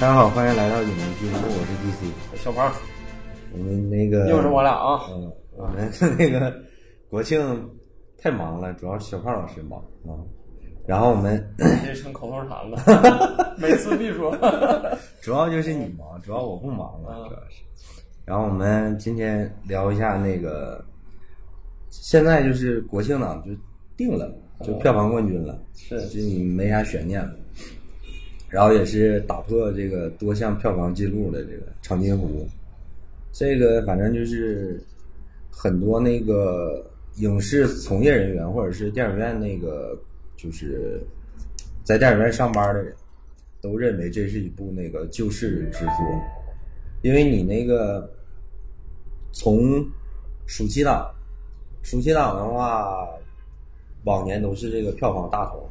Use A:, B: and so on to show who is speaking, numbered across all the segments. A: 大家好，欢迎来到影迷俱乐部，我是 DC。
B: 小胖，
A: 我们那个
B: 又是我俩啊！
A: 嗯，我们那个国庆太忙了，主要是小胖老师忙啊、嗯然后我们
B: 你这成口头禅 了，每次必说。
A: 主要就是你忙，主要我不忙
B: 嗯
A: 了，主要是。然后我们今天聊一下那个，现在就是国庆档就定了，就票房冠军了，
B: 是
A: 就你没啥悬念了。然后也是打破这个多项票房记录的这个长津湖，这个反正就是很多那个影视从业人员或者是电影院那个就是在电影院上班的人，都认为这是一部那个救世之作，因为你那个从暑期档，暑期档的话，往年都是这个票房大头，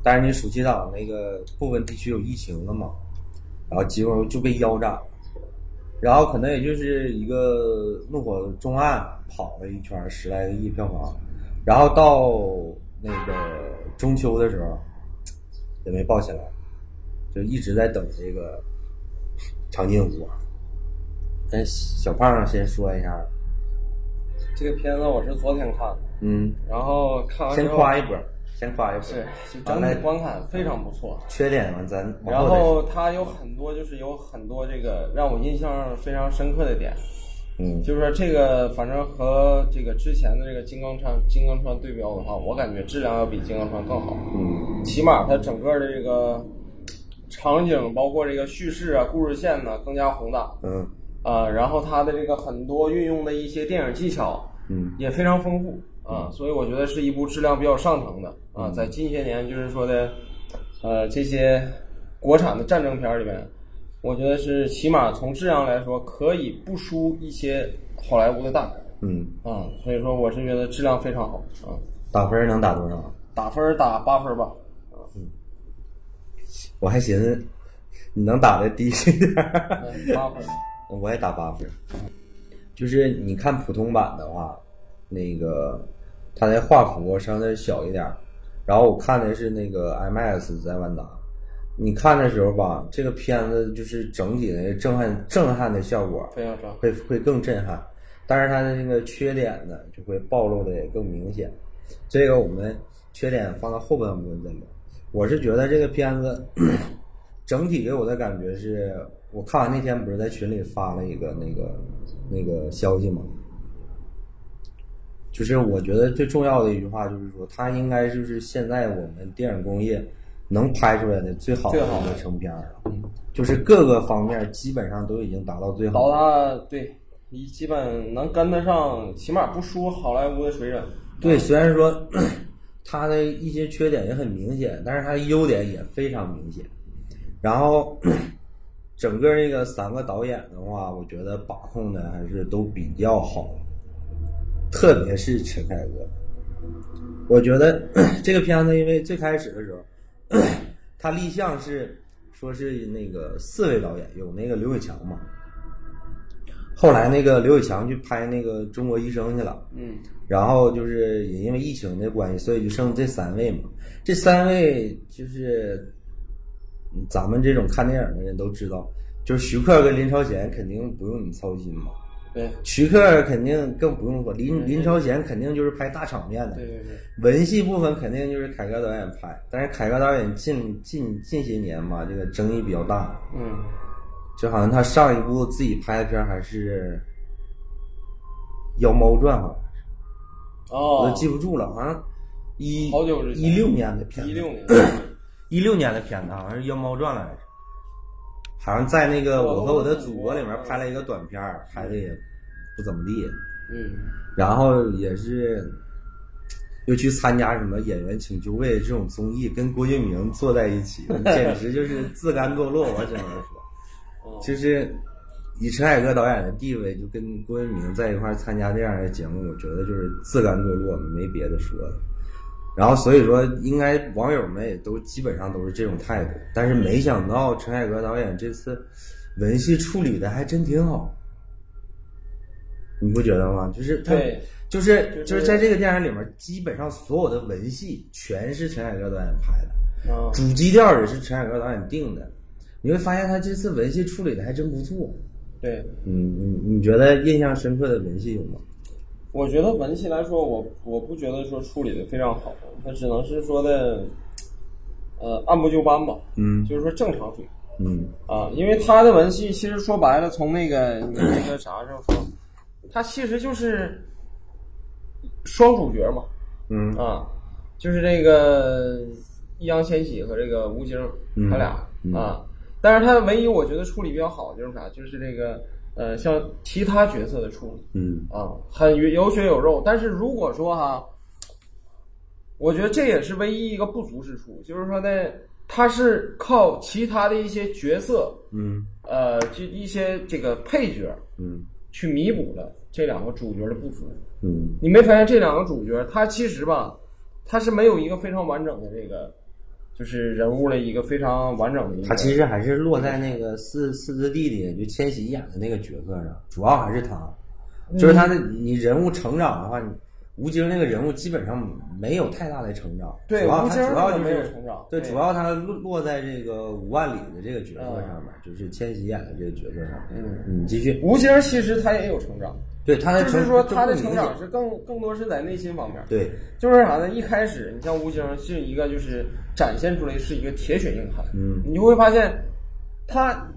A: 但是你暑期档那个部分地区有疫情了嘛，然后结果就被腰斩了，然后可能也就是一个《怒火中案》跑了一圈儿十来个亿票房，然后到那个中秋的时候也没爆起来，就一直在等这个长津湖。啊哎，小胖先说一下，
B: 这个片子我是昨天看的，
A: 嗯，
B: 然后看完
A: 先
B: 之后
A: 夸一波，先夸一波，
B: 是就整体观感非常不错。
A: 缺点完咱
B: 然
A: 往再说
B: 后它有很多就是有很多这个让我印象非常深刻的点，
A: 嗯
B: 就是说这个反正和这个之前的这个金刚川金刚川对标的话，我感觉质量要比金刚川更好。
A: 嗯
B: 起码它整个的这个场景，包括这个叙事啊、故事线呢，更加宏大。
A: 嗯
B: 啊，然后它的这个很多运用的一些电影技巧
A: 嗯
B: 也非常丰富啊，所以我觉得是一部质量比较上乘的啊，在近些年就是说的，呃，这些国产的战争片儿里面，我觉得是起码从质量来说可以不输一些好莱坞的大片儿
A: 嗯，
B: 啊，所以说我是觉得质量非常好啊，
A: 打分能打多少？
B: 打分儿打八分儿吧，啊，
A: 我还寻思你能打的低一点儿，
B: 嗯八分儿，
A: 我也打八分。就是你看普通版的话，那个它的画幅相对小一点儿，然后我看的是那个 IMAX 在万达。你看的时候吧，这个片子就是整体的震撼震撼的效果
B: 非常上，
A: 会会更震撼，但是它的那个缺点呢，就会暴露的也更明显。这个我们缺点放到后半部分再聊。我是觉得这个片子整体给我的感觉是，我看完那天不是在群里发了一个那个那个消息吗？就是我觉得最重要的一句话就是说，它应该就是现在我们电影工业能拍出来的最好的
B: 最好
A: 一个成片儿了，就是各个方面基本上都已经达到最好
B: 老
A: 的。
B: 大对，你基本能跟得上，起码不输好莱坞的水准。
A: 对，虽然说 它的一些缺点也很明显，但是它的优点也非常明显。然后 整个这个三个导演的话，我觉得把控的还是都比较好，特别是陈凯歌。我觉得 这个片子，因为最开始的时候， 他立项是说是那个四位导演，有那个刘伟强嘛。后来那个刘伟强去拍那个《中国医生》去了，
B: 嗯，
A: 然后就是也因为疫情的关系，所以就剩这三位嘛。这三位就是嗯咱们这种看电影的人都知道，就是徐克跟林超贤肯定不用你操心嘛。
B: 对，
A: 徐克肯定更不用说，林林超贤肯定就是拍大场面的
B: 对，对对，
A: 文戏部分肯定就是凯歌导演拍。但是凯歌导演近近近些年嘛，这个争议比较大，
B: 嗯，
A: 就好像他上一部自己拍的片儿还是《妖猫传》好像。我
B: 哦
A: 都，记不住了，好像一
B: 好久之前
A: 一六年的片子，
B: 一六年，
A: 一六年的片子，好像是《妖猫传》来着，好像在那个《我和我的祖国》里面拍了一个短片儿，拍的也不怎么地，
B: 嗯，
A: 然后也是又去参加什么《演员请就位》这种综艺，跟郭敬明坐在一起，简直就是自甘堕落，我只能说。
B: 哦
A: 就是以陈凯歌导演的地位，就跟郭敬明在一块儿参加这样的节目，我觉得就是自甘堕落，没别的说的。然后所以说，应该网友们也都基本上都是这种态度。但是没想到陈凯歌导演这次文戏处理的还真挺好，你不觉得吗？就是他
B: 对，
A: 就是
B: 就
A: 就是是在这个电影里面，基本上所有的文戏全是陈凯歌导演拍的。
B: 嗯，
A: 主基调也是陈凯歌导演定的。你会发现他这次文戏处理的还真不错。
B: 对，
A: 嗯，你你觉得印象深刻的文戏有吗？
B: 我觉得文戏来说，我我不觉得说处理的非常好，它只能是说的，呃，按部就班吧，
A: 嗯
B: 就是说正常水平。
A: 嗯
B: 啊，因为他的文戏其实说白了，从那个你那个啥上说，他其实就是双主角嘛，
A: 嗯
B: 啊，就是这个易烊千玺和这个吴京
A: 嗯
B: 他俩、啊，但是他唯一我觉得处理比较好就是啥，就是这个呃，像其他角色的处理，
A: 嗯
B: 啊，很有血有肉。但是如果说哈，我觉得这也是唯一一个不足之处，就是说呢，他是靠其他的一些角色，
A: 嗯
B: 呃，就一些这个配角
A: 嗯
B: 去弥补了这两个主角的不足。
A: 嗯
B: 你没发现这两个主角，他其实吧，他是没有一个非常完整的这个，就是人物的一个非常完整的一个。
A: 他其实还是落在那个四四字弟弟，就千玺演的那个角色上，主要还是他，
B: 嗯
A: 就是他的你人物成长的话，你吴京那个人物基本上没有太大的成长，
B: 对
A: 主要
B: 吴
A: 他
B: 京
A: 主要
B: 那个
A: 就
B: 没有
A: 是
B: 成长
A: 对，
B: 对嗯
A: 主要他落落在这个五万里的这个角色上面，就是千玺演的这个角色上，嗯，你继续，
B: 吴京其实他也有成长，
A: 对他的
B: 就
A: 成
B: 是说
A: 就
B: 他的
A: 不明
B: 成
A: 显
B: 长是更更多是在内心方面。
A: 对，
B: 就是啥呢？一开始你像吴京是一个就是展现出来是一个铁血硬汉，
A: 嗯
B: 你就会发现他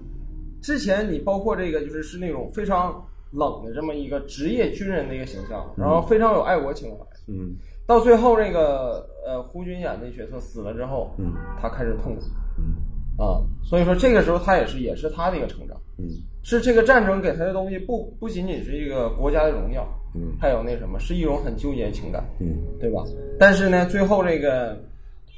B: 之前你包括这个就是是那种非常冷的这么一个职业军人的一个形象，然后非常有爱国情怀。
A: 嗯
B: 到最后这个呃胡军演那角色死了之后，
A: 嗯
B: 他开始痛苦
A: 嗯
B: 啊，所以说这个时候他也是也是他的一个成长，
A: 嗯
B: 是这个战争给他的东西不不仅仅是一个国家的荣耀，
A: 嗯
B: 还有那什么是一种很纠结的情感。
A: 嗯
B: 对吧？但是呢，最后这个，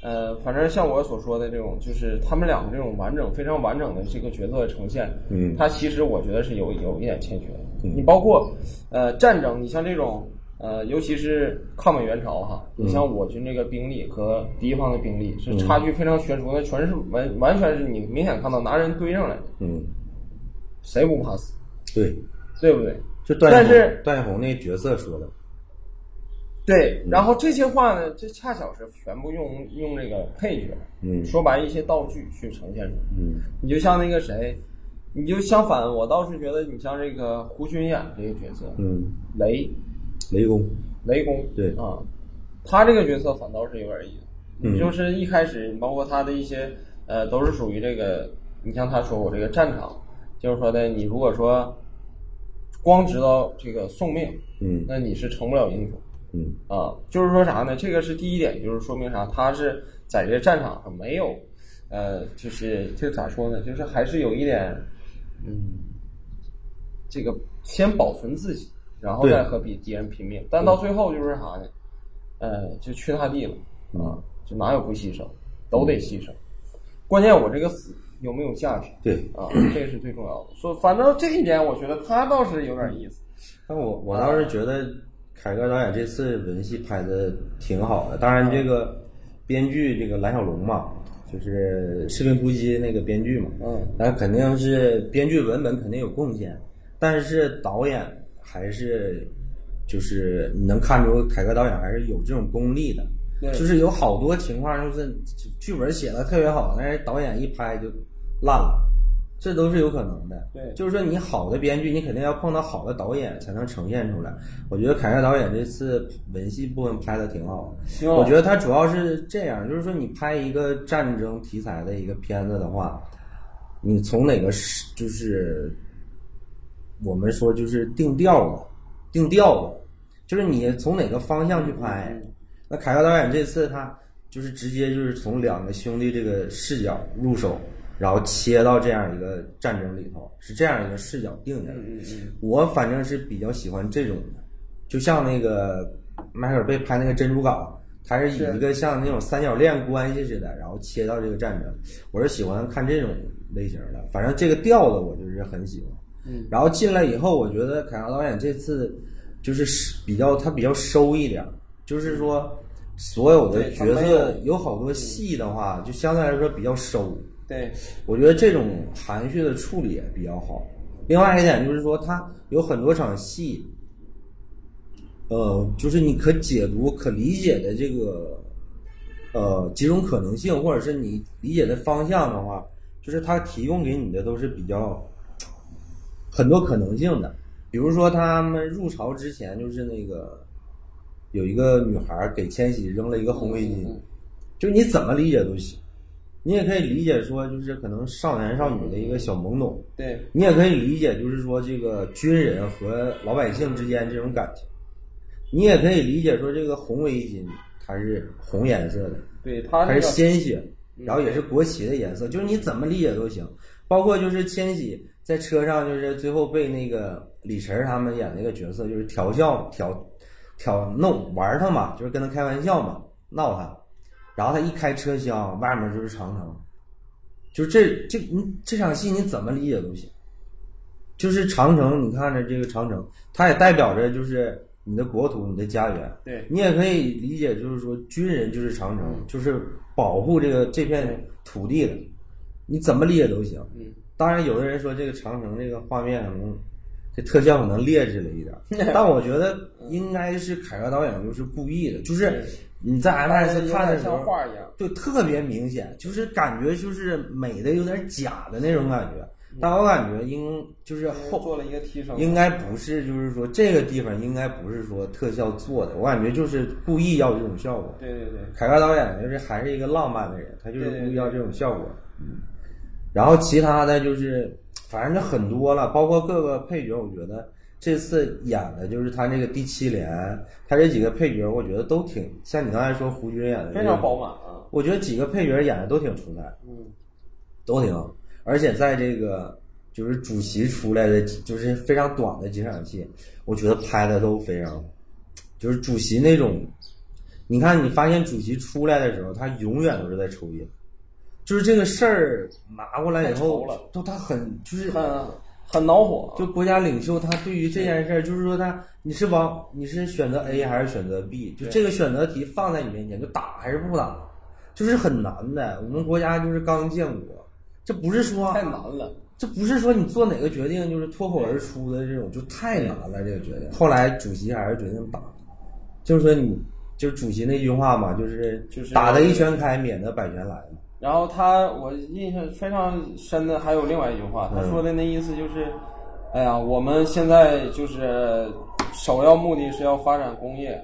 B: 呃，反正像我所说的这种，就是他们两个这种完整、非常完整的这个角色的呈现，
A: 嗯
B: 它其实我觉得是有有一点欠缺的。你包括呃战争，你像这种呃，尤其是抗美援朝哈，你像我军这个兵力和敌方的兵力是差距非常悬殊，那全是完完全是你明显看到拿人堆上来，
A: 嗯，
B: 谁不怕死，
A: 对，
B: 对不对？
A: 就段
B: 但
A: 奕
B: 是
A: 宏段奕宏那角色说的，
B: 对，然后这些话呢，这恰巧是全部用用这个配角，
A: 嗯
B: 说白一些道具去呈现出来。
A: 嗯
B: 你就像那个谁，你就相反，我倒是觉得你像这个胡军演这个角色，
A: 嗯，
B: 雷
A: 雷公，
B: 雷公，
A: 对
B: 啊，他这个角色反倒是有点意思。你就是一开始，你包括他的一些呃，都是属于这个，你像他说我这个战场，就是说的，你如果说光知道这个送命，
A: 嗯
B: 那你是成不了英雄。
A: 嗯
B: 啊，就是说啥呢？这个是第一点，就是说明啥？他是在这战场上没有，呃，就是这咋说呢？就是还是有一点，嗯，这个先保存自己，然后
A: 对
B: 再和敌敌人拼命。但到最后就是啥呢？呃，就去他地了啊，
A: 嗯
B: 就哪有不牺牲，都得牺牲。关键我这个死有没有价值？
A: 对。
B: 啊，这是最重要的。说反正这一点，我觉得他倒是有点意思。
A: 但我我倒是觉得凯歌导演这次文戏拍的挺好的，当然这个编剧这个蓝小龙嘛，就是《士兵突击》那个编剧嘛，
B: 嗯，
A: 那肯定是编剧文本肯定有贡献，但是导演还是就是你能看出凯歌导演还是有这种功力的。
B: 对
A: 就是有好多情况，就是剧本写的特别好，但是导演一拍就烂了，这都是有可能的。
B: 对
A: 就是说你好的编剧，你肯定要碰到好的导演才能呈现出来。我觉得凯歌导演这次文戏部分拍的挺好
B: 挺
A: 的，
B: 好
A: 我觉得他主要是这样，就是说你拍一个战争题材的一个片子的话，你从哪个是就是我们说就是定调了，定调了，就是你从哪个方向去拍。那凯歌导演这次他就是直接就是从两个兄弟这个视角入手，然后切到这样一个战争里头，是这样一个视角定下来。
B: 嗯嗯。
A: 我反正是比较喜欢这种的，就像那个迈克尔贝拍那个珍珠港，他是以一个像那种三角恋关系似的，然后切到这个战争，我是喜欢看这种类型的。反正这个调子我就是很喜欢。
B: 嗯，
A: 然后进来以后，我觉得凯豪导演这次就是比较他比较收一点儿，就是说所有的
B: 对他
A: 角
B: 没有
A: 色有好多戏的话，就相对来说比较收。
B: 对，
A: 我觉得这种含蓄的处理也比较好。另外一点就是说，它有很多场戏，呃，就是你可解读、可理解的呃这个呃几种可能性，或者是你理解的方向的话，就是它提供给你的都是比较很多可能性的。比如说，他们入朝之前，就是那个有一个女孩给千玺扔了一个红围巾，
B: 嗯
A: 就是你怎么理解都行。你也可以理解说，就是可能少男少女的一个小懵懂；
B: 对，
A: 你也可以理解，就是说这个军人和老百姓之间这种感情；你也可以理解说，这个红围巾它是红颜色的，
B: 对他
A: 还是
B: 那个
A: 鲜血，然后也是国旗的颜色，就是你怎么理解都行。包括就是千玺在车上，就是最后被那个李晨儿他们演那个角色，就是调笑、调、调弄玩儿他嘛，就是跟他开玩笑嘛，闹他。然后他一开车厢，外面就是长城，就这这你这场戏你怎么理解都行。就是长城，你看着这个长城，它也代表着就是你的国土、你的家园。
B: 对
A: 你也可以理解，就是说军人就是长城，
B: 嗯
A: 就是保护这个这片土地的，你怎么理解都行。
B: 嗯，
A: 当然，有的人说这个长城这个画面可能这特效可能劣质了一点儿， 但我觉得应该是凯歌导演就是故意的，就是你在
B: 有
A: IMAX
B: 点
A: 看的时
B: 像
A: 候，
B: 画儿一样，
A: 就特别明显，就是感觉就是美的有点假的那种感觉。
B: 嗯
A: 但我感觉应就是后
B: 做了一个提升。
A: 应该不是，就是说这个地方应该不是说特效做的，我感觉就是故意要这种效果。
B: 对对对，
A: 凯歌导演就是还是一个浪漫的人，他就是
B: 对对
A: 故意要这种效果。然后其他的就是，反正就很多了，包括各个配角，我觉得这次演的就是他这个第七连，他这几个配角，我觉得都挺像你刚才说胡军演的、
B: 非常饱，满啊。
A: 我觉得几个配角演的都挺出彩。
B: 嗯，
A: 都挺好，而且在这个就是主席出来的，就是非常短的几场戏，我觉得拍的都非常好，就是主席那种，你看你发现主席出来的时候，他永远都是在抽烟，就是这个事儿拿过来以后
B: 太愁了，
A: 都他很就是
B: 很很恼火。啊
A: 就国家领袖他对于这件事儿，就是说他你是往你是选择 A 还是选择 B，就
B: 对
A: 这个选择题放在你面前，就打还是不打，就是很难的。我们国家就是刚建国，这不是说
B: 太难了。
A: 这不是说你做哪个决定就是脱口而出的这种，就太难了这个决定。后来主席还是决定打，就是说你就是主席那句话嘛，就是
B: 就是
A: 打得一拳开，免得百拳来嘛。
B: 然后他，我印象非常深的还有另外一句话，
A: 嗯
B: 他说的那意思就是，哎呀，我们现在就是首要目的是要发展工业，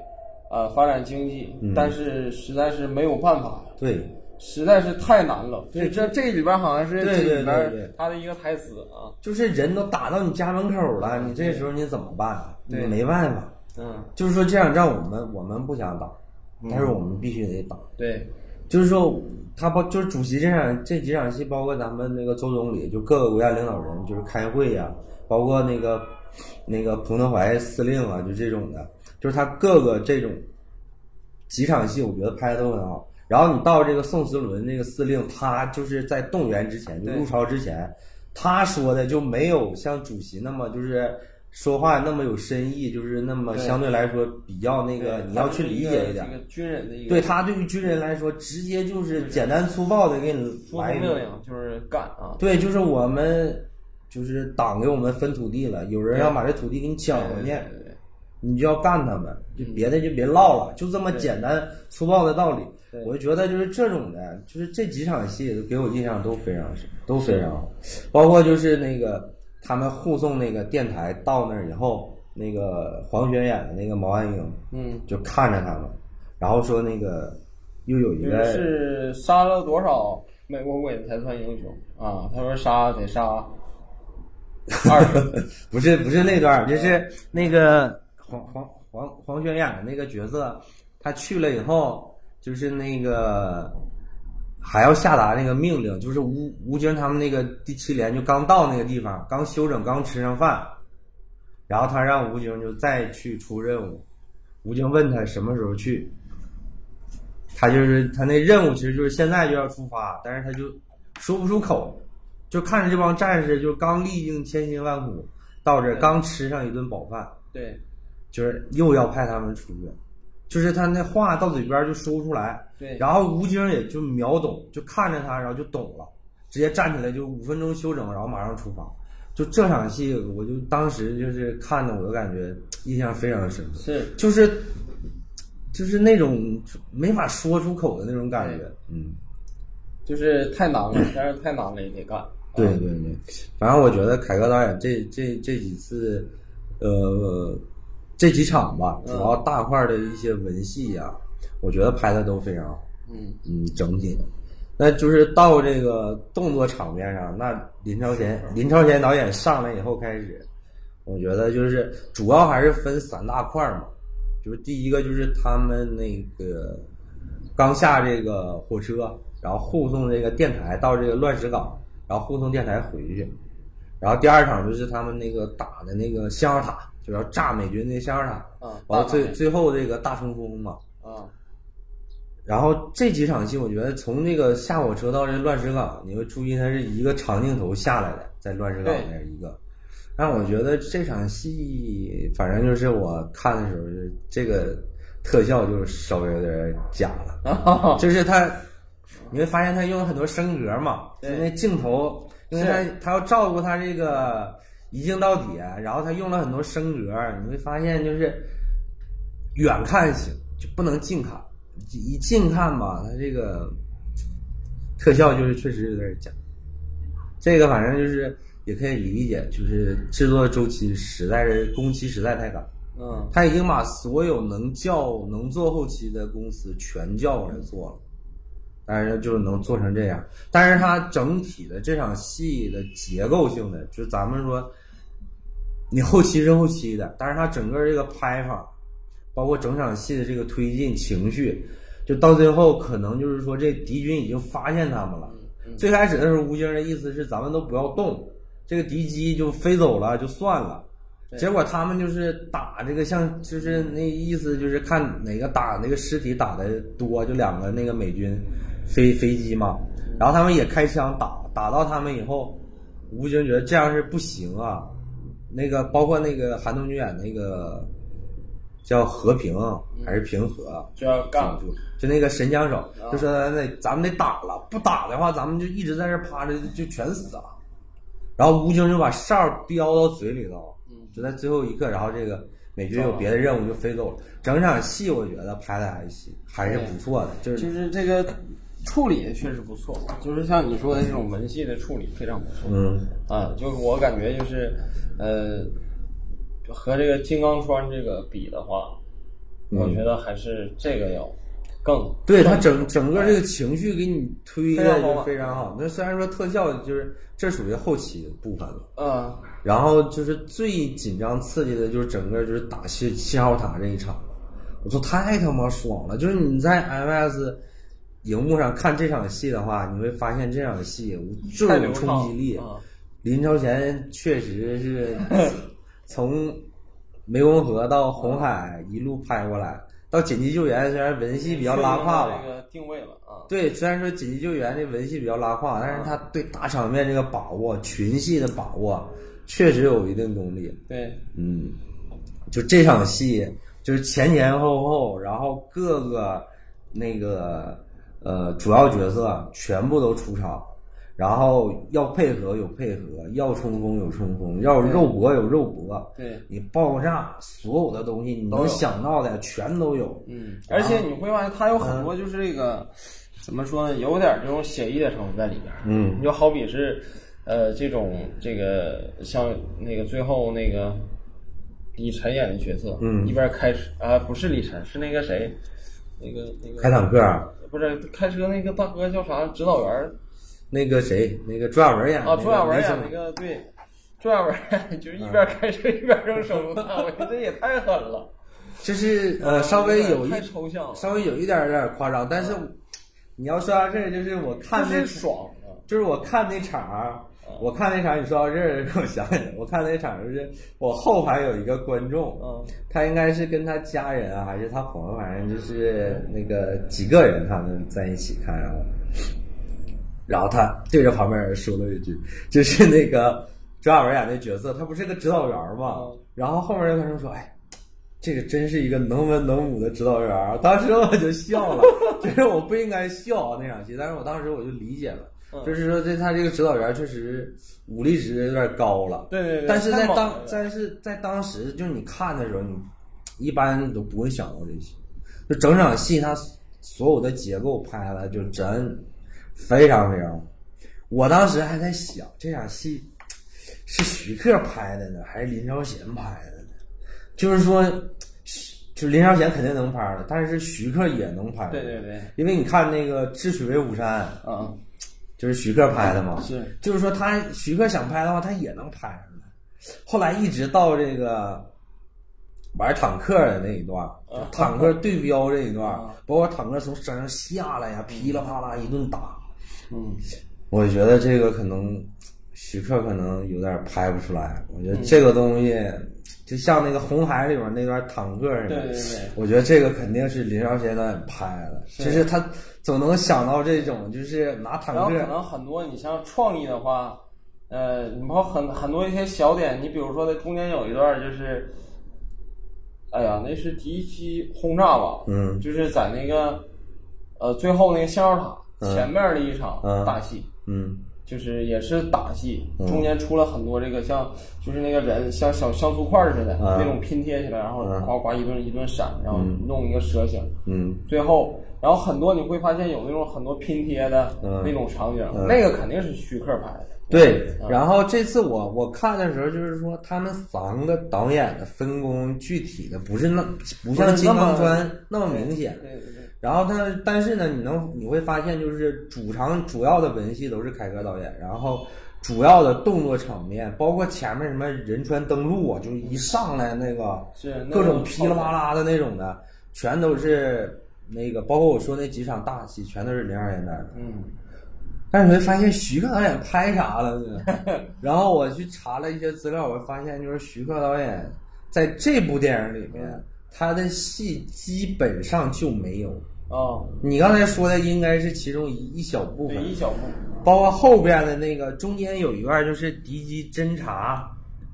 B: 呃，发展经济，
A: 嗯
B: 但是实在是没有办法，
A: 对，
B: 实在是太难了。对，这这里边好像是
A: 对对
B: 这里
A: 对对
B: 边他的一个台词啊，
A: 就是人都打到你家门口了，你这时候你怎么办啊？你
B: 对
A: 没办法。
B: 嗯，
A: 就是说这场仗我们我们不想打，但是我们必须得打。
B: 对，
A: 就是说他包就是主席这场这几场戏，包括咱们那个周总理，就各个国家领导人就是开会呀、包括那个那个彭德怀司令啊，就这种的，就是他各个这种几场戏，我觉得拍的都很好。然后你到这个宋时轮那个司令，他就是在动员之前，就
B: 对
A: 入朝之前，他说的就没有像主席那么就是说话那么有深意，就是那么
B: 对
A: 相对来说比较那个你要去理解一点
B: 这。个军人的一个
A: 对他对于军人来说，直接就是简单粗暴的给你
B: 出
A: 来
B: 命
A: 一个。
B: 令就是干啊，
A: 对，就是我们，就是党给我们分土地了，有人要把这土地给你抢回去，
B: 对对对
A: 你就要干他们，就别的就别唠了，就这么简单粗暴的道理。我就觉得就是这种的，就是这几场戏都给我印象都非常深，都非常好，包括就是那个他们护送那个电台到那儿以后，那个黄轩演的那个毛岸英
B: 嗯。
A: 就看着他们，然后说那个又有一
B: 就
A: 个
B: 是杀了多少美国鬼子才算英雄啊？他说杀得杀二 十，
A: 不是不是那段儿，就是那个黄黄黄黄轩演的那个角色，他去了以后，就是那个还要下达那个命令，就是吴吴京他们那个第七连就刚到那个地方，刚休整，刚吃上饭，然后他让吴京就再去出任务，吴京问他什么时候去，他就是他那任务其实就是现在就要出发，但是他就说不出口，就看着这帮战士就刚历经千辛万苦到这儿，刚吃上一顿饱饭，
B: 对
A: 就是又要派他们出去，就是他那话到嘴边就说不出来，
B: 对，
A: 然后吴京也就秒懂，就看着他，然后就懂了，直接站起来就五分钟休整，然后马上出发。就这场戏，我就当时就是看的，我就感觉印象非常深刻。
B: 是
A: 就是就是那种没法说出口的那种感觉。嗯，
B: 就是 太难了，但是太难了也得干。
A: 对
B: 嗯
A: 对对，反正我觉得凯歌导演这这这几次，呃，这几场吧，主要大块的一些文戏呀、我觉得拍的都非常好。
B: 嗯
A: 嗯，整体的，那就是到这个动作场面上，那林超贤林超贤导演上来以后开始，我觉得就是主要还是分三大块儿嘛，就是第一个就是他们那个刚下这个火车，然后护送这个电台到这个乱石港，然后护送电台回去，然后第二场就是他们那个打的那个象牙塔，就要炸美军那象牙塔，
B: 啊，
A: 完了最
B: 大胆
A: 最后这个大冲锋嘛，
B: 啊，
A: 然后这几场戏，我觉得从这个下火车到这乱石岗，你会注意它是一个长镜头下来的，在乱石岗那儿一个。但我觉得这场戏，反正就是我看的时候，是这个特效就稍微有点假了，
B: 啊
A: 就是它，你会发现它用了很多升格嘛，就
B: 对
A: 那镜头，因为它
B: 是
A: 它要照顾它这个一镜到底，啊然后它用了很多升格，你会发现就是远看行，就不能近看。一近看吧，它这个特效就是确实有点假。这个反正就是也可以理解，就是制作周期实在是工期实在太赶，
B: 嗯
A: 他已经把所有能叫能做后期的公司全叫过来做了，但是就是能做成这样。但是它整体的这场戏的结构性的，就是咱们说，你后期是后期的，但是它整个这个拍法，包括整场戏的这个推进情绪，就到最后可能就是说这敌军已经发现他们了。
B: 嗯
A: 最开始的时候，吴京的意思是咱们都不要动，这个敌机就飞走了就算了。
B: 对
A: 结果他们就是打这个像，就是那意思就是看哪个打哪个尸体打的多，就两个那个美军飞飞机嘛，然后他们也开枪打，打到他们以后，吴京觉得这样是不行啊，那个包括那个韩东君演那个叫和平啊还是平和，啊
B: 就要干
A: 住，就那个神枪手，
B: 啊
A: 就说咱得咱们得打了，不打的话，咱们就一直在这趴着就全死了。然后吴京就把哨叼到嘴里头，
B: 嗯
A: 就在最后一刻，然后这个美军有别的任务就飞走了。整场戏我觉得拍的还行，还是不错
B: 哎
A: 的，就是
B: 就是这个处理确实不错，就是像你说的这种文戏的处理非常不错。
A: 嗯
B: 啊，就是我感觉就是，呃，和这个金刚川这个比的话，我觉得还是这个要更
A: 对他整整个这个情绪给你推的
B: 非常
A: 就
B: 好
A: 非常好。那虽然说特效就是这属于后期的部分了。
B: 啊，
A: 然后就是最紧张刺激的，就是整个就是打七七号塔这一场，我说太他妈爽了！就是你在 MS 荧幕上看这场戏的话，你会发现这场戏这
B: 太
A: 种
B: 流
A: 冲
B: 畅
A: 击力，
B: 啊，
A: 林超贤确实是从湄公河到红海一路拍过来，到紧急救援虽然文戏比较拉胯吧
B: 这，个定位了啊，
A: 对，虽然说紧急救援这文戏比较拉胯，但是他对大场面这个把握、群戏的把握，确实有一定功力。
B: 对，
A: 嗯，就这场戏，就是前前后后，然后各个那个呃主要角色全部都出场，然后要配合有配合，要冲锋有冲锋，要肉搏有肉搏，
B: 对，
A: 你爆炸所有的东西你
B: 都
A: 能
B: 有
A: 想到的全都有。
B: 嗯，而
A: 啊
B: 且你会发现它有
A: 嗯
B: 很多就是这个，怎么说呢，有点这种写意的成分在里边。
A: 嗯，
B: 你就好比是，呃，这种这个像那个最后那个李晨演的角色，嗯，一边开车啊、不是李晨，是那个谁，那个那个
A: 开坦克，啊
B: 不是开车那个大哥叫啥？指导员儿
A: 那个谁，那个朱亚文演的
B: 啊，朱亚文
A: 那
B: 演
A: 个
B: 那个对，朱亚文 就是一
A: 嗯
B: 边开车一边扔手榴弹，我觉得这也太狠了，
A: 就是呃，稍微有一
B: 太抽象了，
A: 稍微有一点儿有点儿夸张，但是你要说到这儿，就是我看
B: 就
A: 那
B: 是，爽的。
A: 就是我看那场儿，我看那场儿，你说到这儿，给我想起来，我看那场儿就是我后排有一个观众，
B: 嗯
A: 他应该是跟他家人啊，还是他朋友，反正就是那个几个人他们在一起看，然后，然后他对着旁边人说了一句，就是那个周亚文演那角色，他不是个指导员嘛
B: 嗯，
A: 然后后面那观众说，哎。这个真是一个能文能武的指导员儿， 当时我就笑 了，就是我不应该笑那场戏，但是我当时我就理解了，
B: 嗯
A: 就是说这他这个指导员儿确实武力值有点高了，
B: 对对对
A: 但是在
B: 太猛
A: 当
B: 了
A: 但是在当时就是你看的时候，你一般都不会想到这些，就整场戏它所有的结构拍的就真非常非常好。我当时还在想，这场戏是徐克拍的呢，还是林超贤拍的呢？就是说，就林超贤肯定能拍了，但是徐克也能拍。
B: 对对对，
A: 因为你看那个《智取威虎山》，
B: 嗯，
A: 就是徐克拍的嘛。
B: 是，
A: 就是说他徐克想拍的话，他也能拍上来。后来一直到这个玩坦克的那一段，
B: 嗯
A: 坦克对标这一段，
B: 嗯
A: 包括坦克从山上下来呀、噼里啪啦一顿打，
B: 嗯，
A: 我觉得这个可能徐克可能有点拍不出来。我
B: 嗯
A: 觉得这个东西就像那个《红海》里边那段坦克似
B: 对
A: 的，
B: 对对，
A: 我觉得这个肯定是林超贤导演拍的，
B: 是
A: 就是他总能想到这种，就是拿坦
B: 然后可
A: 克，
B: 能很多你像创意的话，呃，你包括很很多一些小点，你比如说在中间有一段就是，哎呀，那是第一期轰炸吧，
A: 嗯
B: 就是在那个呃最后那个信号塔
A: 嗯
B: 前面的一场
A: 嗯
B: 大戏，
A: 嗯
B: 就是也是打戏，中间出了很多这个像就是那个人像小像素块儿似的、
A: 嗯
B: 那种拼贴起来，然后
A: 嗯
B: 呱呱一顿一顿闪，然后弄一个蛇形，
A: 嗯
B: 最后然后很多你会发现有那种很多拼贴的
A: 嗯
B: 那种场景，那个肯定是徐克拍的。
A: 对。
B: 啊
A: 然后这次我我看的时候，就是说他们三个导演的分工具体的不是那不像
B: 不是
A: 金
B: 那么
A: 刚川那么明显，
B: 对对对，
A: 然后但但是呢，你能你会发现，就是主场主要的文戏都是凯歌导演，然后主要的动作场面，包括前面什么仁川登陆啊，就一上来那个
B: 是那
A: 各种
B: 种
A: 噼里啪啦的那种的，全都是那个，包括我说那几场大戏，全都是林二演带的。
B: 嗯，
A: 但是你会发现徐克导演拍啥了 呢？然后我去查了一些资料，我发现就是徐克导演在这部电影里面，他的戏基本上就没有。
B: 哦，
A: 你刚才说的应该是其中一一小部
B: 对一
A: 分，
B: 小部分，
A: 包括后边的那个中间有一段就是敌机侦察，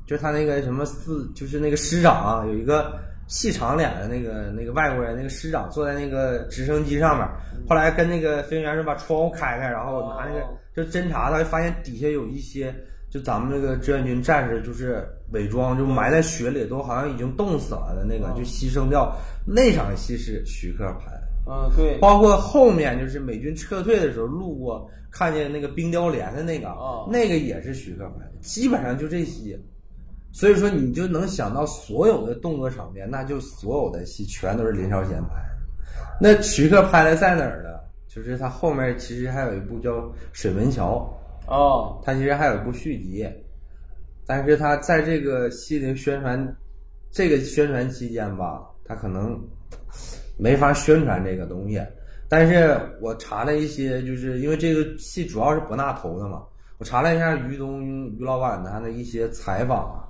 A: 就他那个什么四，就是那个师长有一个细长脸的那个那个外国人，那个师长坐在那个直升机上面，后来跟那个飞行员说把窗户开开，然后拿那个
B: 嗯哦
A: 就侦察，他就发现底下有一些就咱们那个志愿军战士就是伪装，就
B: 哦
A: 埋在雪里都好像已经冻死了的那个，就牺牲掉那场戏是徐克拍的。
B: 嗯，对，
A: 包括后面就是美军撤退的时候路过看见那个冰雕连的那个，
B: 哦
A: 那个也是徐克拍的，基本上就这些。所以说你就能想到所有的动作场面，那就所有的戏全都是林超贤拍的。那徐克拍的在哪儿呢？就是他后面其实还有一部叫《水门桥》，
B: 哦，
A: 他其实还有一部续集，但是他在这个戏的宣传，这个宣传期间吧，他可能没法宣传这个东西。但是我查了一些，就是因为这个戏主要是博纳投的嘛，我查了一下于东于老板他的一些采访啊，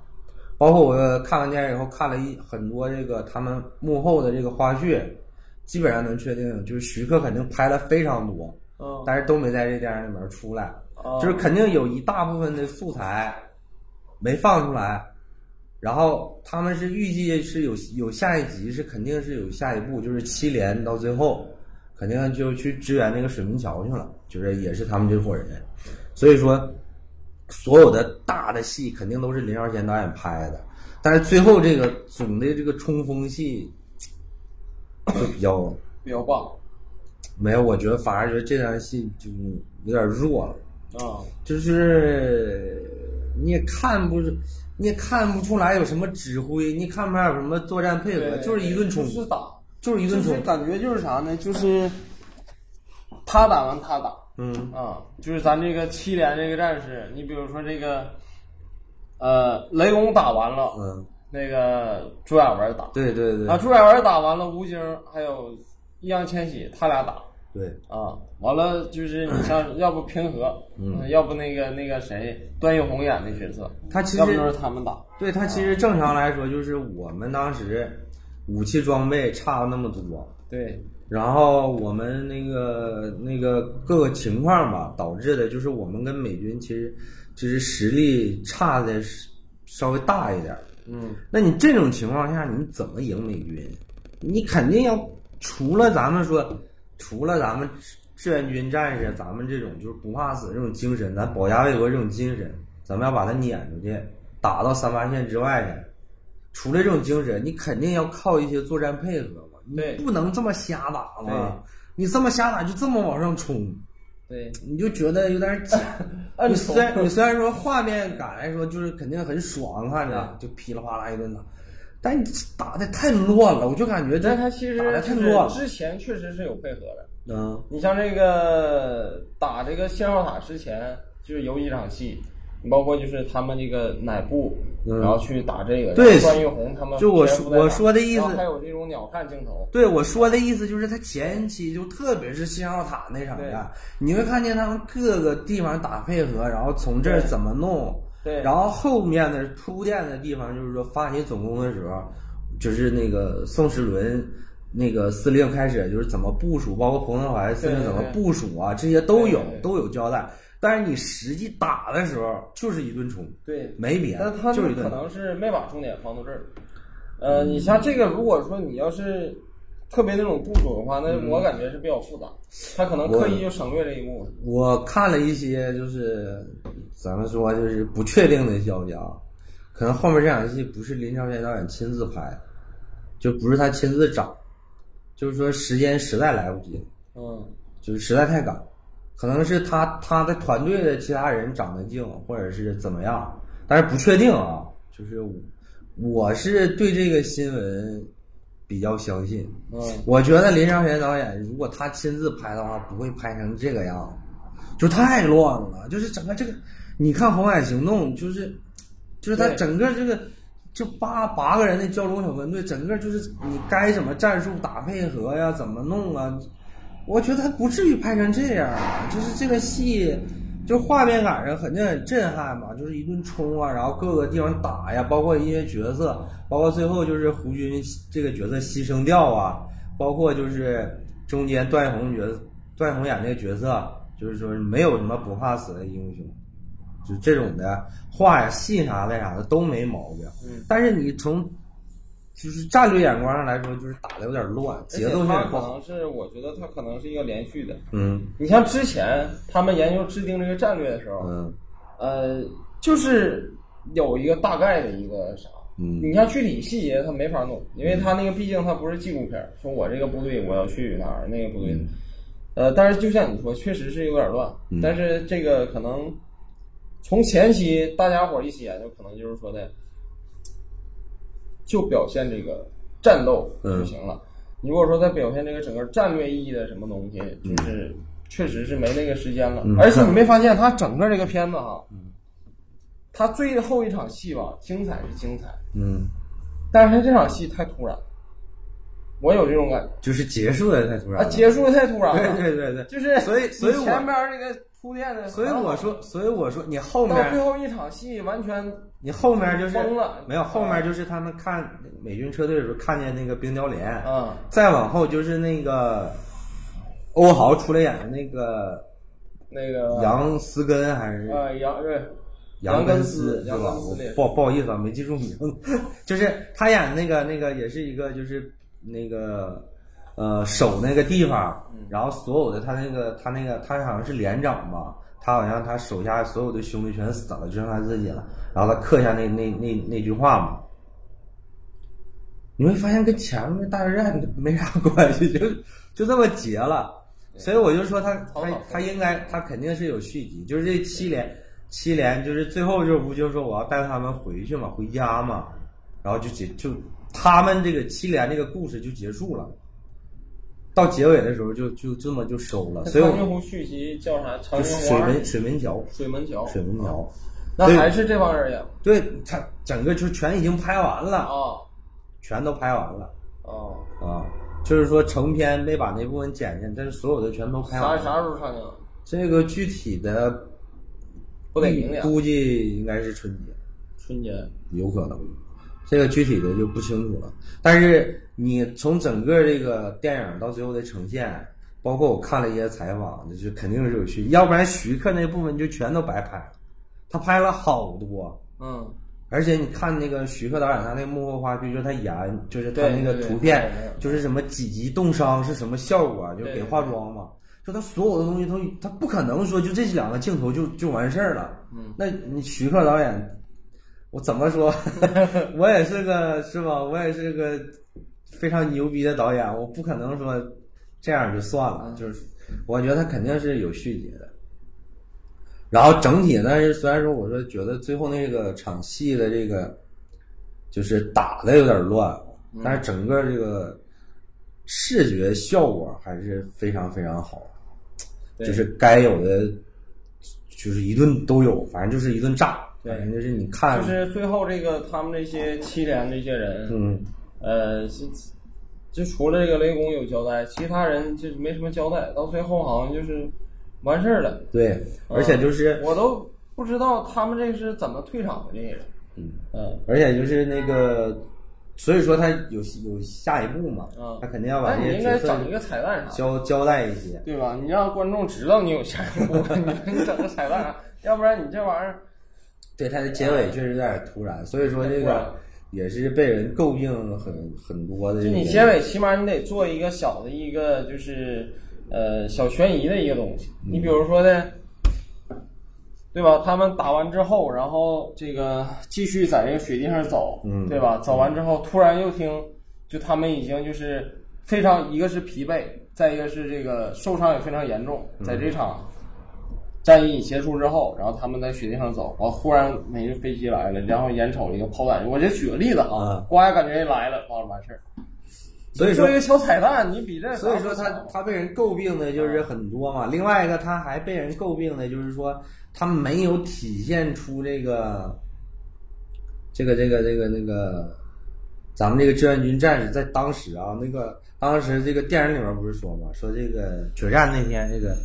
A: 包括我看完电影以后看了一很多这个他们幕后的这个花絮，基本上能确定，就是徐克肯定拍了非常多，
B: 嗯，
A: 但是都没在这电影里面出来。
B: 哦
A: 就是肯定有一大部分的素材没放出来，然后他们是预计是有有下一集，是肯定是有下一步，就是七连到最后，肯定就去支援那个水门桥去了，就是也是他们这伙人，所以说所有的大的戏肯定都是林超贤导演拍的，但是最后这个总的这个冲锋戏就比较
B: 比较棒，
A: 没有，我觉得反而觉得这场戏就有点弱了。
B: 啊，
A: 就是你也看不，你也看不出来有什么指挥，你看不出来有什么作战配合，
B: 对
A: 就是一顿冲，
B: 就是打，
A: 就是一顿
B: 就是
A: 冲。
B: 感觉就是啥呢？就是他打完他打，
A: 嗯
B: 啊，就是咱这个七连这个战士，你比如说这个，呃，雷公打完了，
A: 嗯，
B: 那个朱亚文打，
A: 对对对
B: 啊，朱亚文打完了，吴京还有易烊千玺他俩打，
A: 对，
B: 啊，完了就是你像要不平和，嗯，要不那个那个谁段奕宏演的角色，
A: 他其实
B: 要不就是他们打，
A: 对他其实正常来说就是我们当时武器装备差了那么多，
B: 对，
A: 然后我们那个那个各个情况吧，导致的就是我们跟美军其实就是实力差的稍微大一点儿。
B: 嗯，
A: 那你这种情况下，你怎么赢美军？你肯定要除了咱们说，除了咱们志愿军战士，咱们这种就是不怕死这种精神，咱保家卫国这种精神，咱们要把它撵出去，打到三八线之外去。除了这种精神，你肯定要靠一些作战配合嘛，你
B: 对
A: 不能这么瞎打
B: 对
A: 嘛。你这么瞎打就这么往上冲，
B: 对，
A: 你就觉得有点假。
B: 暗
A: 你
B: 戳
A: 虽然你虽然说画面感来说，就是肯定很爽，看着就噼里啪啦一顿打，但你打的太乱了，我就感觉这
B: 但他其实
A: 打的太
B: 就
A: 乱
B: 是
A: 了。
B: 之前确实是有配合的。
A: 嗯
B: 你像这个打这个信号塔之前，就是有几场戏，你包括就是他们这个乃布，
A: 嗯
B: 然后去打这个，
A: 对
B: 然后关玉红他们
A: 就我说
B: 蝙蝠在打
A: 我说的意思
B: 然后还有这种鸟瞰镜头，
A: 对我说的意思就是，他前期就特别是信号塔那场
B: 对
A: 战，你会看见他们各个地方打配合，然后从这儿
B: 对
A: 怎么弄，
B: 对
A: 然后后面的铺垫的地方就是说发起总攻的时候，就是那个宋时轮那个司令开始就是怎么部署，包括彭德怀司令
B: 对对
A: 怎么
B: 对
A: 部署啊，这些都有
B: 对对对
A: 都有交代。但是你实际打的时候就是一顿冲，
B: 对，
A: 没别的
B: 但他，
A: 就
B: 们
A: 是一
B: 可
A: 顿打。
B: 能是没把重点放到这儿。呃，你像这个，如果说你要是特别那种部署的话，那
A: 嗯
B: 我感觉是比较复杂，他可能刻意就省略这一部分。
A: 我看了一些就是咱们说就是不确定的消息啊，可能后面这场戏不是林超贤导演亲自拍的，就不是他亲自找，就是说时间实在来不及了。
B: 嗯，
A: 就是实在太赶，可能是他他的团队的其他人长得硬，或者是怎么样，但是不确定啊。就是我我是对这个新闻比较相信，
B: 嗯
A: 我觉得林尚贤导演如果他亲自拍的话，不会拍成这个样子，就太乱了，就是整个这个，你看《红海行动》，就是就是他
B: 对
A: 整个这个。这八八个人的交流小分队，整个就是你该怎么战术打配合呀，怎么弄啊？我觉得他不至于拍成这样啊，就是这个戏，就画面感上肯定很震撼嘛，就是一顿冲啊，然后各个地方打呀，包括一些角色，包括最后就是胡军这个角色牺牲掉啊，包括就是中间段奕宏角色段奕宏演这个角色，就是说没有什么不怕死的英雄，就这种的话呀、戏啥的啥的都没毛病，
B: 嗯
A: 但是你从就是战略眼光上来说，就是打的有点乱，节奏性
B: 他
A: 也不
B: 可
A: 好，
B: 能是，我觉得他可能是一个连续的。
A: 嗯
B: 你像之前他们研究制定这个战略的时候，
A: 嗯。
B: 呃，就是有一个大概的一个啥。
A: 嗯
B: 你像具体细节他没法弄，因为他那个毕竟他不是纪录片儿，说我这个部队我要去哪儿，那个部队，呃，但是就像你说，确实是有点乱，但是这个可能从前期大家伙儿一起研究，可能就是说的，就表现这个战斗就行了。你如果说再表现这个整个战略意义的什么东西，就是确实是没那个时间了。而且你没发现他整个这个片子哈，他最后一场戏吧，精彩是精彩，
A: 嗯，
B: 但是他这场戏太突然，我有这种感觉
A: 就是结束的太突然
B: 啊，
A: 了。
B: 结束的太突然了。
A: 对对对对，
B: 就是
A: 所以所以
B: 你
A: 我
B: 前边儿这个铺垫的，
A: 所以我说，所以我说，你后
B: 到最
A: 面
B: 后一场戏完全
A: 你后面就是
B: 疯了啊
A: 没有后面就是他们看美军车队的时候看见那个冰雕连，
B: 啊，
A: 再往后就是那个欧豪出来演的那个
B: 那个
A: 杨思根还是
B: 呃杨对
A: 杨
B: 根
A: 根思是
B: 杨
A: 吧？
B: 根思
A: 我
B: 烈
A: 不好不好意思啊，没记住名字。 就是他演那个那个也是一个就是那个呃守那个地方，然后所有的他那个他那个他好像是连长吧，他好像他手下所有的兄弟全死了，就剩他自己了。然后他刻下那那那那句话嘛。你会发现跟前面大决战没啥关系， 就就这么结了。所以我就说他
B: 草
A: 他
B: 草
A: 他应该他肯定是有续集，就是这七连七连就是最后就是吴京说我要带他们回去嘛，回家嘛，然后就结就他们这个七连这个故事就结束了。到结尾的时候就就这么就收了，所以
B: 长津
A: 我
B: 湖续集叫啥？长
A: 就
B: 津湖
A: 水
B: 二
A: 门水门桥
B: 水门桥，
A: 水门桥，
B: 那
A: 所以
B: 还是这帮人演
A: 对他整个就全已经拍完了，
B: 啊
A: 全都拍完了。
B: 啊，
A: 啊，就是说成片没把那部分剪下，但是所有的全都拍完了。
B: 啥啥时候上映？
A: 这个具体的
B: 不得明年
A: 估计应该是春节，
B: 春节
A: 有可能。这个具体的就不清楚了。但是你从整个这个电影到最后的呈现，包括我看了一些采访，就是肯定是有趣，要不然徐克那部分就全都白拍了。他拍了好多，
B: 嗯
A: 而且你看那个徐克导演他那个幕后花絮，就是他演，就是他
B: 对
A: 那个
B: 对对
A: 图片
B: 对对，对
A: 就是什么几级冻伤是什么效果啊，就
B: 对
A: 给
B: 对
A: 化妆嘛。就他所有的东西都，他不可能说就这两个镜头就就完事儿了。
B: 嗯，
A: 那你徐克导演，我怎么说？ 我也是个是吧？我也是个非常牛逼的导演，我不可能说这样就算了，就是我觉得它肯定是有续集的。然后整体呢，虽然说我说觉得最后那个场戏的这个就是打的有点乱，但是整个这个视觉效果还是非常非常好，
B: 对
A: 就是该有的就是一顿都有，反正就是一顿炸，
B: 对
A: 反正就是你看，
B: 就是最后这个他们这些七连这些人，
A: 嗯，
B: 呃，是就除了这个雷公有交代，其他人就没什么交代，到最后好像就是完事儿了。
A: 对，
B: 哦
A: 而且就是
B: 我都不知道他们这是怎么退场的这些人。
A: 嗯
B: 嗯，
A: 而且就是那个，所以说他有有下一步嘛，
B: 嗯
A: 他肯定要把
B: 那
A: 这
B: 你
A: 些
B: 应
A: 角
B: 该
A: 色
B: 整一个彩蛋啥的，
A: 交交代一些。
B: 对吧？你让观众知道你有下一步， 你你整个彩蛋啥，要不然你这玩意儿，
A: 对，他的结尾确实有点突然，所以说这
B: 突然
A: 个也是被人诟病很很多的。
B: 就你结尾起码你得做一个小的一个就是呃小悬疑的一个东西。你比如说呢，对吧？他们打完之后，然后这个继续在这个雪地上走，
A: 嗯
B: 对吧？走完之后，突然又听，就他们已经就是非常，一个是疲惫，再一个是这个受伤也非常严重，在这场战役结束之后，然后他们在雪地上走，然后忽然美军飞机来了，然后眼瞅着一个炮弹，我就举个例子啊
A: 嗯，
B: 呱感觉来了，完了完事儿。
A: 所以说
B: 做一个小彩蛋，你比这
A: 所以说他他被人诟病的就是很多嘛。另外一个他还被人诟病的就是说他没有体现出这个这个这个这个那个咱们这个志愿军战士在当时啊那个当时这个电影里面不是说嘛，说这个决战那天这个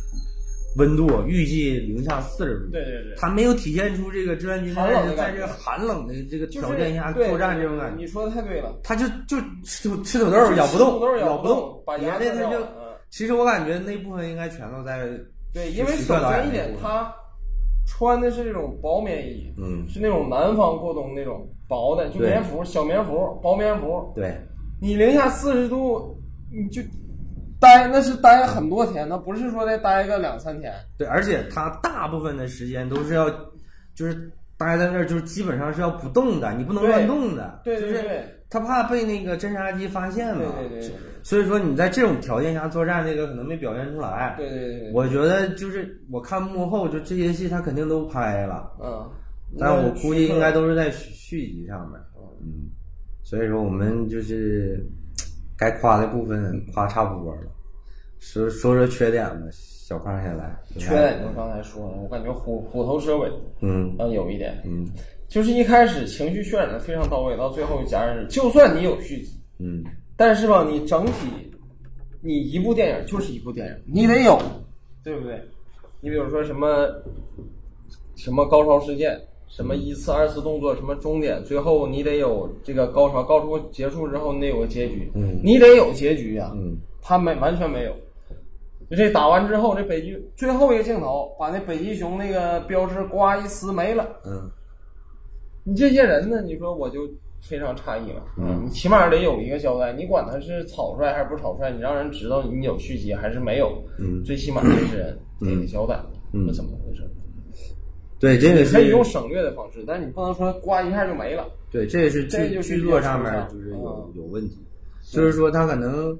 A: 温度啊预计零下四十度，
B: 对对对
A: 他没有体现出这个志愿军战
B: 寒冷
A: 士
B: 的
A: 在
B: 感
A: 这
B: 觉
A: 个寒冷的这个
B: 就
A: 条
B: 是
A: 件下
B: 对
A: 作战这种感觉。
B: 你说的太对了，
A: 他就就吃土吃土豆儿咬不动，
B: 土豆儿咬
A: 不
B: 不
A: 动
B: 动，把
A: 别
B: 牙
A: 的
B: 掉
A: 他就
B: 了嗯。
A: 其实我感觉那部分应该全都在，
B: 对，因为
A: 徐
B: 首
A: 克导演
B: 先一
A: 那
B: 点
A: 部，分
B: 他穿的是这种薄棉衣，
A: 嗯
B: 是那种南方过冬那种薄的，就
A: 对
B: 棉服、小棉服、薄棉服。
A: 对
B: 你零下四十度，你就待那是待很多天，那不是说再待个两三天。
A: 对，而且他大部分的时间都是要，就是待在那儿，就是基本上是要不动的，你不能
B: 对
A: 乱动的，
B: 对对
A: 就
B: 对
A: 是嗯他怕被那个侦察机发现嘛，
B: 对对对对
A: 所以说你在这种条件下作战，这个可能没表现出来。
B: 对对对对，
A: 我觉得就是我看幕后，就这些戏他肯定都拍了，
B: 嗯，
A: 但我
B: 那
A: 估计
B: 徐克
A: 应该都是在续续集上面。嗯，所以说我们就是该夸的部分夸差不多了，说说说缺点吧。小胖先来，
B: 缺点就是刚才说了，我感觉虎虎头蛇尾，
A: 嗯
B: 嗯，有一点，
A: 嗯
B: 就是一开始情绪渲染的非常到位，到最后戛然而止。就算你有续集，
A: 嗯，
B: 但是吧，你整体，你一部电影就是一部电影，你得有，对不对？你比如说什么，什么高潮事件，什么一次、二次动作，什么终点，最后你得有这个高潮，高潮结束之后你得有个结局，
A: 嗯
B: 你得有结局呀、
A: 嗯，
B: 他没完全没有。就这打完之后，这北极最后一个镜头，把那北极熊那个标志刮一撕没了。
A: 嗯
B: 你这些人呢？你说我就非常诧异了。
A: 嗯
B: 你起码得有一个交代，你管他是草率还是不草率，你让人知道你有续集还是没有。
A: 嗯
B: 最起码这些人得
A: 嗯
B: 交代，
A: 嗯
B: 是怎么回事？
A: 对，这个
B: 你可以
A: 是
B: 用省略的方式，但是你不能说刮一下就没了。
A: 对，这也是
B: 这
A: 剧
B: 就是
A: 剧作上面就是
B: 嗯
A: 有有问题，就是说他可能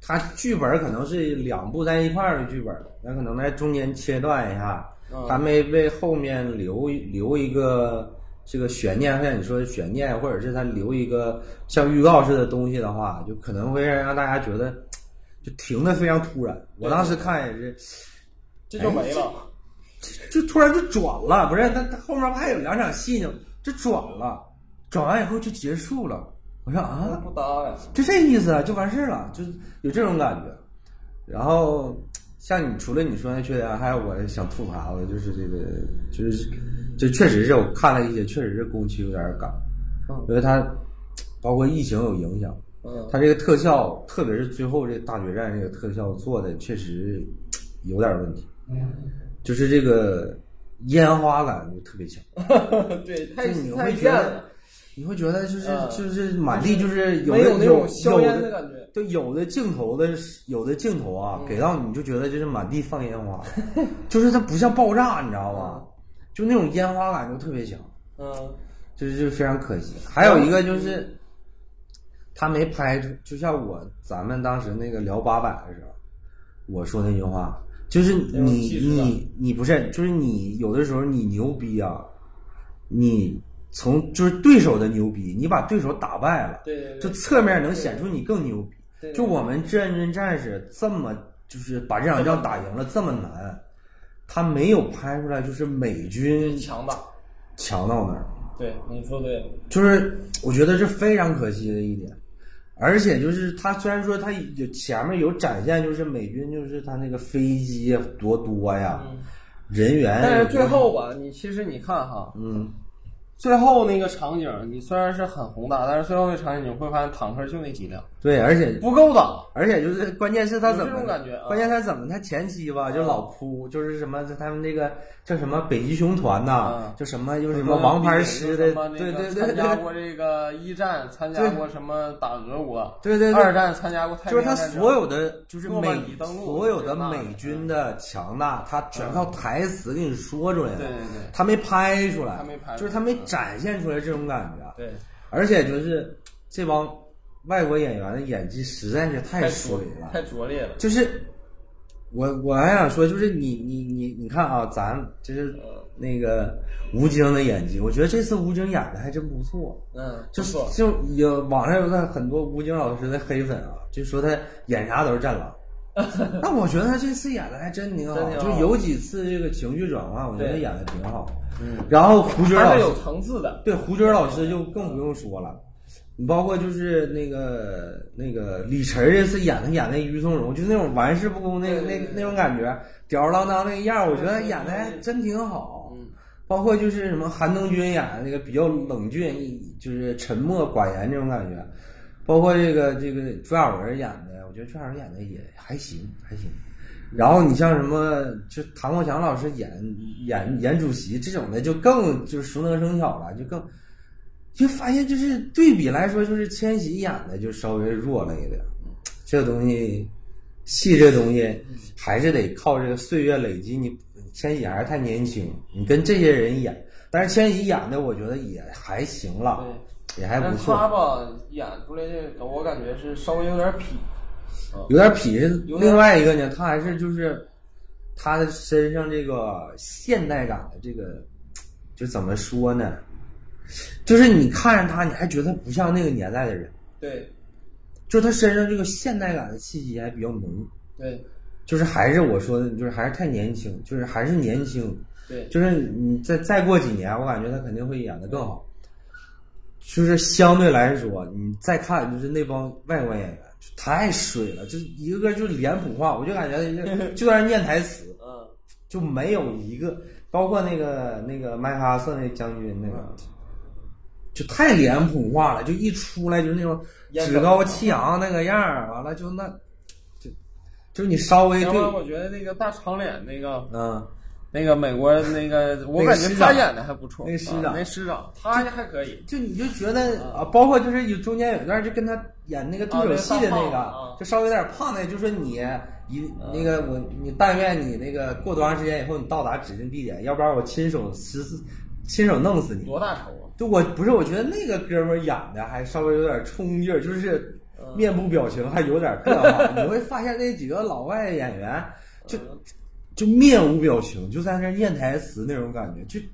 A: 他剧本可能是两部在一块儿的剧本，那可能在中间切断一下，
B: 嗯
A: 他没为后面留一留一个这个悬念，像你说的悬念，或者是他留一个像预告似的东西的话，就可能会让大家觉得就停的非常突然。我当时看也是。
B: 这就没了，
A: 就突然就转了，不是？他他后面不还有两场戏呢，这转了，转完以后就结束了。我说啊，
B: 不搭呀。
A: 就这意思啊，就完事儿了，就是有这种感觉。然后像你除了你说那缺点，还有我想吐槽的就是这个，就是就确实是我看了一些，确实是工期有点赶，
B: 嗯
A: 因为它包括疫情有影响，
B: 嗯，
A: 它这个特效，特别是最后这大决战这个特效做的确实有点问题，
B: 嗯
A: 就是这个烟花感就特别强，
B: 对，太
A: 就是你
B: 太
A: 会觉
B: 艳
A: 得
B: 了，
A: 你会觉得就是
B: 嗯
A: 就是满地就是有
B: 没
A: 的
B: 有那嗯
A: 有
B: 种硝烟的感觉。
A: 对，有的镜头的有的镜头啊，给到你就觉得就是满地放烟花， 就是它不像爆炸，你知道吗？就那种烟花感就特别强。
B: 嗯，
A: 就是就是非常可惜。还有一个就是，他没拍出，就像我咱们当时那个聊八佰的时候，我说那句话，就是
B: 那种
A: 你
B: 气势感啊
A: 你你不是，就是你有的时候你牛逼啊，你从就是对手的牛逼，你把对手打败了，
B: 对对
A: 就
B: 对，
A: 侧面能显出你更牛逼。
B: 对对
A: 就我们志愿军战士这么就是把这场仗打赢了这么难，他没有拍出来就是美军
B: 强大。
A: 强到哪儿，
B: 对，你说对了，
A: 就是我觉得是非常可惜的一点。而且就是他虽然说他有前面有展现，就是美军就是他那个飞机啊多多呀，
B: 嗯
A: 人员有
B: 但是
A: 多
B: 最后吧，你其实你看哈，
A: 嗯
B: 最后那个场景，你虽然是很宏大，但是最后那场景你会发现坦克就那几辆，
A: 对，而且
B: 不够打。
A: 而且就是关键是他怎么，
B: 有这种感觉嗯啊
A: 关键他怎么，他前期吧就老扑，就是什么他们那个叫什么北极熊团呐、
B: 啊
A: 就什么有什么王牌师的
B: 什么，那
A: 对
B: 个
A: 对对
B: 参
A: 对
B: 加过这个一战，参加过什么打俄国，
A: 对对
B: 二
A: 对，
B: 战参加过太
A: 就
B: 平
A: 是
B: 洋
A: 他
B: 战争
A: 所有的就是
B: 诺曼
A: 美
B: 底登陆
A: 所有的
B: 这那的
A: 美军的强大，他全靠台词给你说出来
B: 对
A: 的，
B: 对对
A: 他没拍出来，
B: 他没拍出来
A: 就是他没展现出来这种感觉，
B: 对，
A: 而且就是这帮外国演员的演技实在是太
B: 太
A: 水
B: 拙
A: 了，
B: 太拙劣了。
A: 就是我我还想说，就是你你你你看啊，咱就是
B: 呃
A: 那个吴京的演技，我觉得这次吴京演的还真不错。
B: 嗯，
A: 就
B: 不
A: 是
B: 错，
A: 就有网上有的很多吴京老师的黑粉啊，就说他演啥都是战 狼。那我觉得他这次演的还真挺好，
B: 真挺
A: 就
B: 好
A: 有几次这个情绪转换，我觉得
B: 对嗯
A: 演的挺好。然后胡军
B: 还
A: 老
B: 是
A: 师
B: 有嗯层次的。
A: 对胡军老师就更不用说了，你包括就是那个那个李晨儿这次演的演的于松荣，就那种玩世不恭那
B: 对对
A: 那
B: 对
A: 那种感觉，吊儿郎当那个样儿，我觉得
B: 对对
A: 演的还
B: 对
A: 真挺好。
B: 嗯
A: 包括就是什么韩东君演的那个比较冷峻，就是沉默寡言这种感觉，包括这个这个朱亚文演的，我觉得朱亚文演的也还行还行。然后你像什么，就唐国强老师演演演主席这种的，就更就是熟能生巧了，就更就发现就是对比来说，就是千玺演的就稍微弱了一点。这东西，戏这东西还是得靠这个岁月累积。你千玺还是太年轻，你跟这些人演，但是千玺演的我觉得也还行了，也啊还不
B: 但是他
A: 错，
B: 吧演出来这个，我感觉是稍微有点痞。
A: 有点痞是
B: 有点
A: 另外一个呢，他还是就是他的身上这个现代感的这个，就怎么说呢？就是你看着他，你还觉得不像那个年代的人，
B: 对
A: 就是他身上这个现代感的气息还比较浓。
B: 对
A: 就是还是我说的，就是还是太年轻，就是还是年轻，
B: 对，
A: 就是你再再过几年，我感觉他肯定会演的更好。就是相对来说，你再看就是那帮外国演员就太水了，就是一个个就是脸谱化，我就感觉就就在那念台词，
B: 嗯，
A: 就没有一个，包括那个那个麦克阿瑟那将军那个，就太脸谱化了，就一出来就是那种
B: 烟
A: 趾
B: 斗
A: 高气扬那个样儿，完了就那，就就是你稍微
B: 要
A: 对
B: 不然我觉得那个大长脸那个
A: 嗯，
B: 那个美国那 个，我
A: 那个
B: 感觉
A: 师
B: 他
A: 长
B: 演的还不错。
A: 那个师
B: 啊
A: 长
B: 那师长他还可以。
A: 就你就觉得啊，包括就是有中间有一段就跟他演那个对手戏的那个，
B: 啊那个大胖子啊嗯
A: 就稍微有点胖的，就说你一那个我你但愿你那个过多长时间以后你到达指定地点，要不然我亲手实施亲手弄死你。
B: 多大仇啊？
A: 就我不是，我觉得那个哥们儿演的还稍微有点冲劲儿，就是
B: 嗯
A: 面部表情还有点变化。 你会发现那几个老外演员
B: 嗯
A: 就就面无表情，就在那儿念台词那种感觉，就。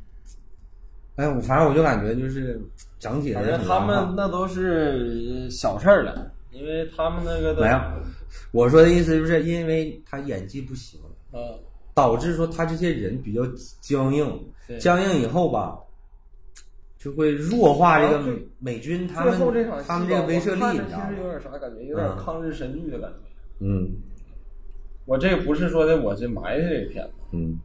A: 哎，我反正我就感觉就是整体的
B: 反正
A: 很
B: 他
A: 拉胯
B: 们那都是小事儿了，啊因为他们那个都
A: 没有，我说的意思就是因为他演技不行，
B: 嗯，
A: 导致说他这些人比较僵硬，
B: 对
A: 僵硬以后吧，就会弱化这个
B: 然后最
A: 美美军他
B: 最后这
A: 们
B: 场戏
A: 他们这个
B: 吧
A: 威慑
B: 我看
A: 力，
B: 着
A: 你知道
B: 其实有
A: 吗？
B: 点啥感觉，有点
A: 嗯
B: 抗日神剧的感觉。
A: 嗯
B: 我这不是说的我这埋汰这个片子，
A: 嗯，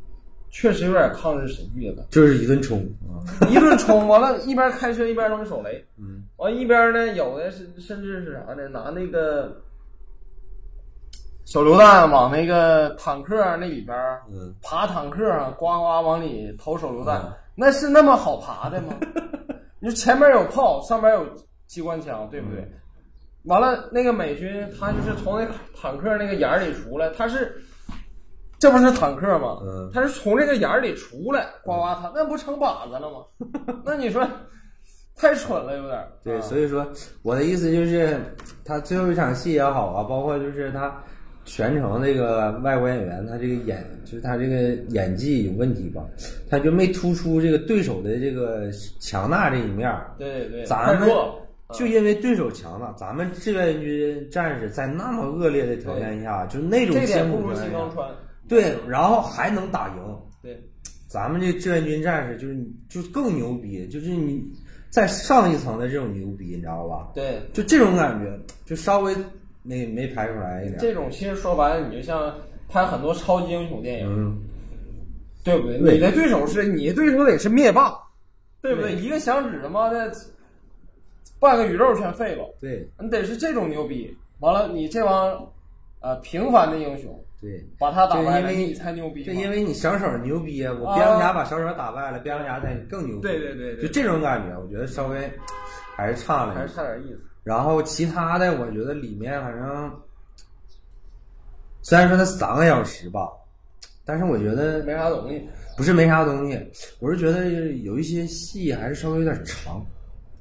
B: 确实有点抗日神剧的感
A: 就是一顿冲啊，
B: 觉。一顿冲完了，一边开车一边扔手雷，
A: 嗯，
B: 完一边呢有的是甚至是啥呢，拿那个手榴弹往那个坦克那里边儿
A: 嗯
B: 爬坦克啊，呱呱往里投手榴弹，那是那么好 爬的吗？你说前面有炮，上面有机关枪，对不
A: 嗯
B: 对？完了，那个美军他就是从那个坦克那个眼儿里出来，他是这不是坦克吗？
A: 嗯
B: 他是从这个眼儿里出来，呱呱他那不成靶子 了吗？那你说太蠢了，有点儿。
A: 对，
B: 啊
A: 所以说我的意思就是，他最后一场戏也好啊，包括就是他全程这个外国演员他这个演就是他这个演技有问题吧，他就没突出这个对手的这个强大这一面儿。
B: 对对，
A: 咱
B: 太
A: 们
B: 弱啊了
A: 就因为对手强大，咱们志愿军战士在那么恶劣的条件下，就那种
B: 这点
A: 艰
B: 不
A: 苦
B: 如
A: 条
B: 西
A: 件
B: 方
A: 下，
B: 穿。
A: 对，然后还能打赢。
B: 对，
A: 咱们这志愿军战士就是你就更牛逼，就是你在上一层的这种牛逼，你知道吧？
B: 对，
A: 就这种感觉，就稍微没没排出来一点。
B: 这种其实说白了，你就像拍很多超级英雄电影，
A: 嗯，
B: 对不对？
A: 对
B: 你的对手是你的对手得是灭霸，对不对？
A: 对
B: 一个响指他妈的，半个宇宙全废了。
A: 对
B: 你得是这种牛逼，完了你这帮呃平凡的英雄
A: 对，
B: 把他打败了，
A: 就因为
B: 你才牛逼嘛。
A: 就因为你小手牛逼啊，我
B: 啊
A: 蝙蝠侠把小手打败了，蝙蝠侠才更牛逼。
B: 对对对对
A: 就这种感觉，我觉得稍微还是差了一
B: 还
A: 点
B: 是。差点意思。
A: 然后其他的，我觉得里面反正虽然说它三个小时吧，但是我觉得
B: 没啥东西。
A: 不是没啥东西，我是觉得有一些戏还是稍微有点长，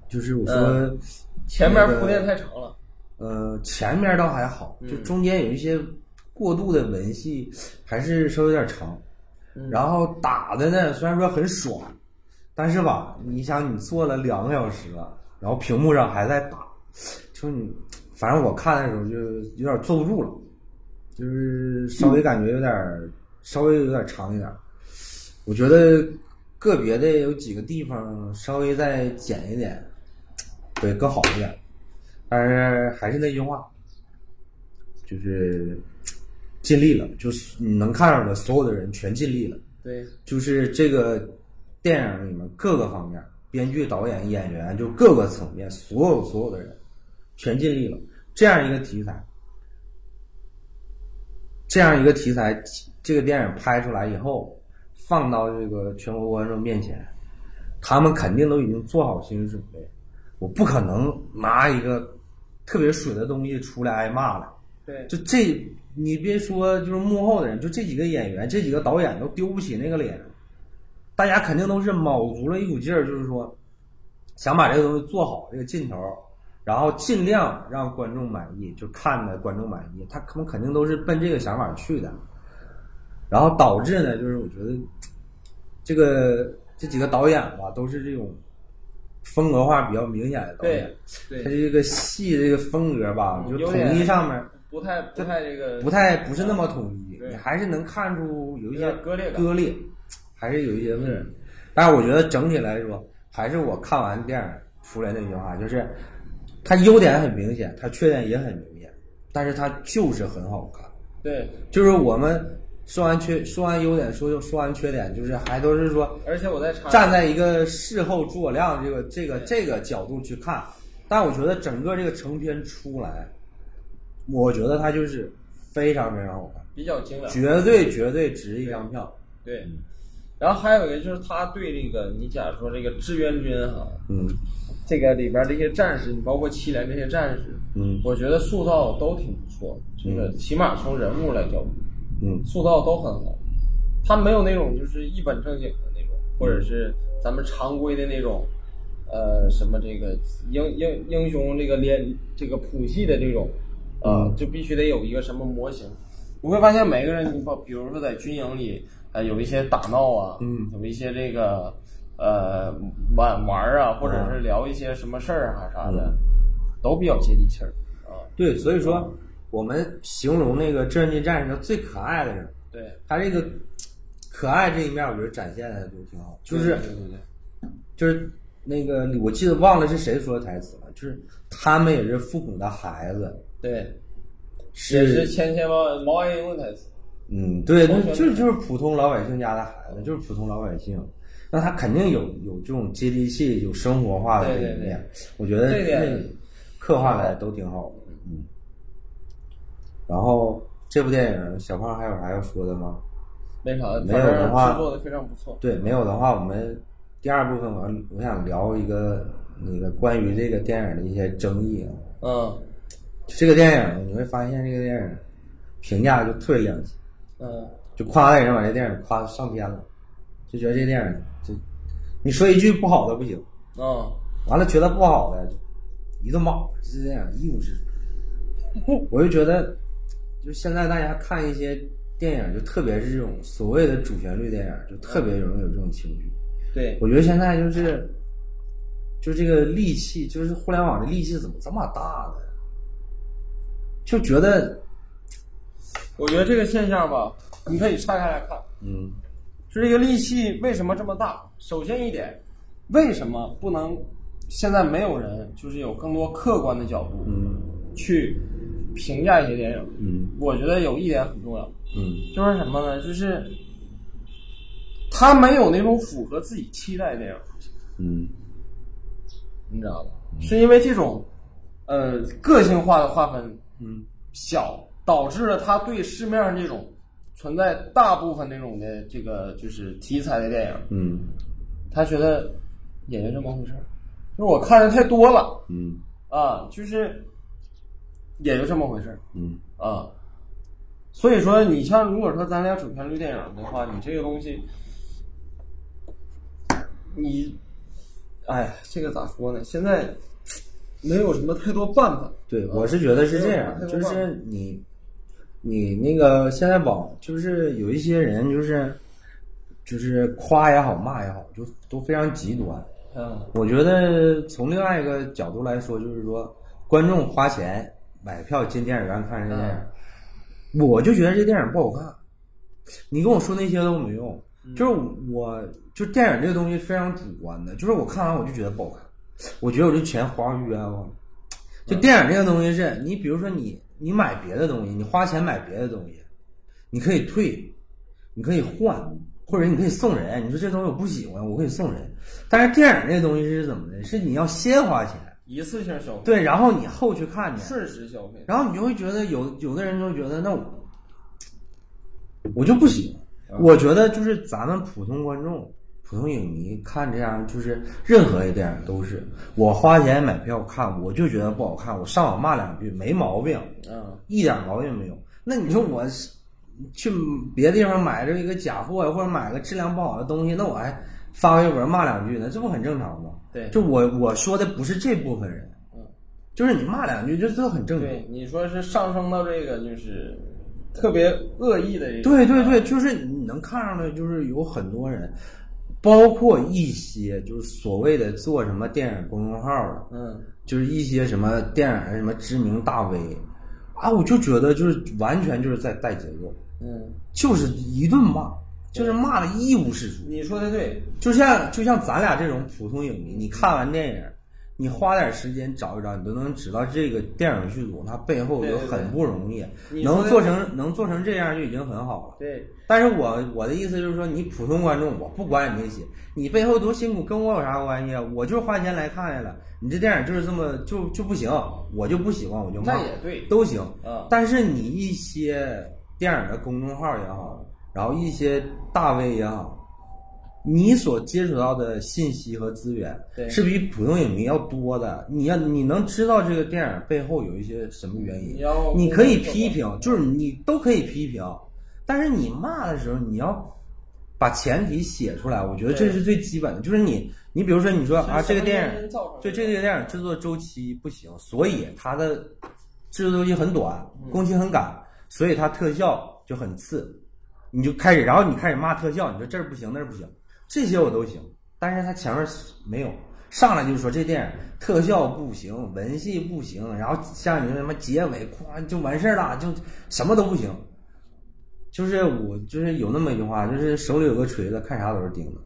A: 就是我说、
B: 嗯前面
A: 那个
B: 铺垫太长了，
A: 呃前面倒还好，就中间有一些过度的文戏还是稍微有点长，然后打的呢虽然说很爽，但是吧，你想你坐了两个小时了，然后屏幕上还在打，就你反正我看的时候就有点坐不住了，就是稍微感觉有点、稍微有点长一点，我觉得个别的有几个地方稍微再减一点，会更好一点。但是还是那句话，就是尽力了，就是你能看上的所有的人全尽力了。
B: 对，
A: 就是这个电影里面各个方面，编剧、导演、演员，就各个层面，所有所有的人全尽力了。这样一个题材，这样一个题材，这个电影拍出来以后，放到这个全国观众面前，他们肯定都已经做好心理准备。我不可能拿一个特别水的东西出来挨骂了。
B: 对，
A: 就这，你别说，就是幕后的人，就这几个演员、这几个导演都丢不起那个脸，大家肯定都是卯足了一股劲儿，就是说想把这个东西做好，这个劲头儿，然后尽量让观众满意，就看的观众满意，他可能肯定都是奔这个想法去的，然后导致呢，就是我觉得这个这几个导演吧，都是这种风格化比较明显的导演
B: 对，，
A: 他
B: 对，嗯
A: 这个戏这个风格吧，就
B: 有点
A: 统一上面。
B: 不太不太这个
A: 不太不是那么统一，
B: 对
A: 你还是能看出有一
B: 有
A: 些
B: 点割裂感嗯
A: 割裂，还是有一些问题。但是我觉得整体来说，还是我看完电影出来那句话，就是它优点很明显，它缺点也很明显，但是它就是很好看。
B: 对，
A: 就是我们说完缺说完优点，说说完缺点，就是还都是说
B: 而且我再插一
A: 站在一个事后诸葛亮这个这个这个角度去看，但我觉得整个这个成片出来，我觉得它就是非常非常好看，
B: 比较精良，
A: 绝对绝对值一张票。
B: 对。然后还有一个就是他对这个，你假如说这个志愿军哈，
A: 嗯
B: 这个里边这些战士，你包括七连这些战士，
A: 嗯
B: 我觉得塑造都挺不错，这个起码从人物来角度，
A: 嗯
B: 塑造都很好。他没有那种就是一本正经的那种，或者是咱们常规的那种，呃，什么这个英英英雄这个连这个谱系的这种，
A: 嗯
B: 呃，就必须得有一个什么模型。你会发现每个人，你把比如说在军营里，呃，有一些打闹啊，
A: 嗯，
B: 有一些这个呃玩玩儿啊，或者是聊一些什么事儿啊啥
A: 嗯
B: 的，都比较接地气儿啊。
A: 对，所以说我们形容那个志愿军战士叫最可爱的人，
B: 对，
A: 他这个可爱这一面，我觉得展现的就挺好，就是
B: 对对对
A: 就是那个我记得忘了是谁说的台词了，就是他们也是父母的孩子，
B: 对，也
A: 是
B: 是千千万万毛爷英文台词。
A: 嗯，对，
B: 同
A: 那
B: 学
A: 就是就是普通老百姓家的孩子，就是普通老百姓，那他肯定有有这种接地气、有生活化的
B: 对
A: 这
B: 对
A: 一
B: 对
A: 面，我觉得
B: 这点
A: 那刻画的都挺好的，嗯。然后这部电影，小胖还有啥要说的吗？
B: 没啥，反
A: 没有的
B: 正
A: 话
B: 制作的非常不错。
A: 对，没有的话，我们第二部分我要我想聊一个那个关于这个电影的一些争议啊。
B: 嗯
A: 这个电影你会发现，这个电影评价就特别两极。
B: 嗯，
A: 就夸的人把这电影夸上天了，就觉得这电影就你说一句不好的不行，
B: 嗯，
A: 完了觉得不好的就一顿骂，就这样一无是处。我就觉得就现在大家看一些电影，就特别是这种所谓的主旋律电影，就特别容易有这种情绪。
B: 对，
A: 我觉得现在就是，就这个戾气，就是互联网的戾气怎么这么大呢？就觉得，
B: 我觉得这个现象吧，你可以拆开来看，
A: 嗯
B: 就这个戾气为什么这么大？首先一点，为什么不能？现在没有人就是有更多客观的角度
A: 嗯
B: 去评价一些电影。
A: 嗯
B: 我觉得有一点很重要，
A: 嗯
B: 就是什么呢？就是他没有那种符合自己期待的电影，
A: 嗯
B: 你知道吧？是因为这种呃个性化的划分
A: 嗯
B: 小，导致了他对市面上这种存在大部分那种的这个就是题材的电影，
A: 嗯
B: 他觉得也就这么回事儿，就是我看的太多了
A: 嗯
B: 啊，就是也就这么回事儿
A: 嗯
B: 啊。所以说，你像如果说咱俩主旋律电影的话，你这个东西，你，哎呀，这个咋说呢？现在没有什么太多办法。
A: 对，我是觉得是这样，
B: 嗯
A: 就是你，你那个现在网就是有一些人就是，就是夸也好骂也好，就都非常极端。
B: 嗯
A: 我觉得从另外一个角度来说，就是说观众花钱买票进电影院看这电影，我就觉得这电影不好看。你跟我说那些都没用，就是我就电影这个东西非常主观的，就是我看完我就觉得不好看，我觉得我这钱花冤枉了。就电影这个东西是你，比如说你你买别的东西，你花钱买别的东西，你可以退，你可以换，或者你可以送人。你说这东西我不喜欢，我可以送人。但是电影这东西是怎么的？是你要先花钱，
B: 一次性消费，
A: 对，然后你后去看去，
B: 瞬时消费。
A: 然后你就会觉得有有的人就觉得那我我就不喜欢。我觉得就是咱们普通观众、普通影迷看这样，就是任何一电影都是我花钱买票看，我就觉得不好看，我上网骂两句没毛病，
B: 嗯，
A: 一点毛病没有。那你说我是去别的地方买着一个假货呀，或者买个质量不好的东西，那我还发个微博骂两句呢，这不很正常吗？
B: 对
A: 就我我说的不是这部分人，
B: 嗯，
A: 就是你骂两句，这都很正常。
B: 对，你说是上升到这个就是特别恶意的这个，
A: 对对对，就是你能看上来，就是有很多人，包括一些就是所谓的做什么电影公众号的，
B: 嗯，
A: 就是一些什么电影什么知名大 V，啊，我就觉得就是完全就是在带节奏，
B: 嗯，
A: 就是一顿骂，就是骂的一无是处。
B: 你说的对，
A: 就像就像咱俩这种普通影迷，你看完电影，你花点时间找一找，你都能知道这个电影剧组它背后
B: 对
A: 就
B: 对对
A: 很不容易，
B: 你说
A: 能
B: 的
A: 做成能做成这样就已经很好了。
B: 对，
A: 但是我我的意思就是说，你普通观众，我不管你那些，你背后多辛苦跟我有啥关系啊？我就是花钱来看来了，你这电影就是这么就就不行，我就不喜欢，我就骂
B: 那也对
A: 都行。
B: 嗯
A: 但是你一些电影的公众号也好，然后一些大 V 也好，你所接触到的信息和资源
B: 对
A: 是比普通影迷要多的。你要你能知道这个电影背后有一些什么原因
B: 你要，
A: 你可以批评，就是你都可以批评，但是你骂的时候你要。把前提写出来，我觉得这
B: 对
A: 是最基本的。就是你，你比如说，你说啊，这
B: 是
A: 个
B: 什么
A: 电
B: 原
A: 影
B: 因造成的，
A: 对这个电影制作周期不行，所以它的制作周期很短，工期很赶，所以它特效就很次。你就开始，然后你开始骂特效，你说这儿不行，那儿不行，这些我都行，但是它前面没有，上来就说这电影特效不行，文戏不行，然后像你说什么结尾咵就完事儿了，就什么都不行。就是我就是有那么一句话，就是手里有个锤子，看啥都是钉子，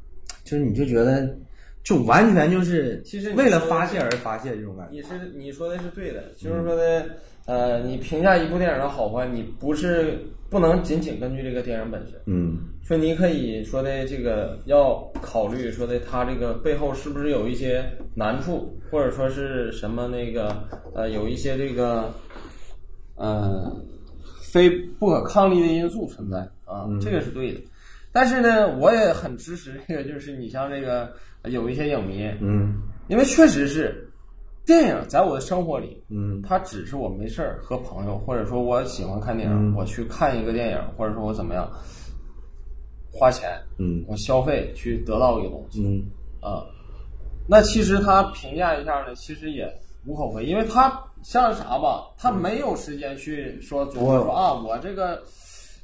A: 就是你就觉得，就完全就是
B: 其实你
A: 为了
B: 说
A: 发泄而发泄这种感觉。
B: 你是你说的是对的，就是说的，呃，你评价一部电影的好坏，你不是不能仅仅根据这个电影本身，
A: 嗯
B: 说你可以说的这个要考虑说的它这个背后是不是有一些难处，或者说是什么那个呃有一些这个呃非不可抗力的因素存在啊，这个是对的。但是呢，我也很支持这个，就是你像这个呃有一些影迷，
A: 嗯
B: 因为确实是电影在我的生活里，
A: 嗯
B: 它只是我没事儿和朋友，或者说我喜欢看电影，
A: 嗯
B: 我去看一个电影，或者说我怎么样，花钱，
A: 嗯
B: 我消费去得到一个东西
A: 嗯
B: 啊、那其实他评价一下呢，其实也无可厚非，因为他像啥吧，他没有时间去说琢磨说啊，我这个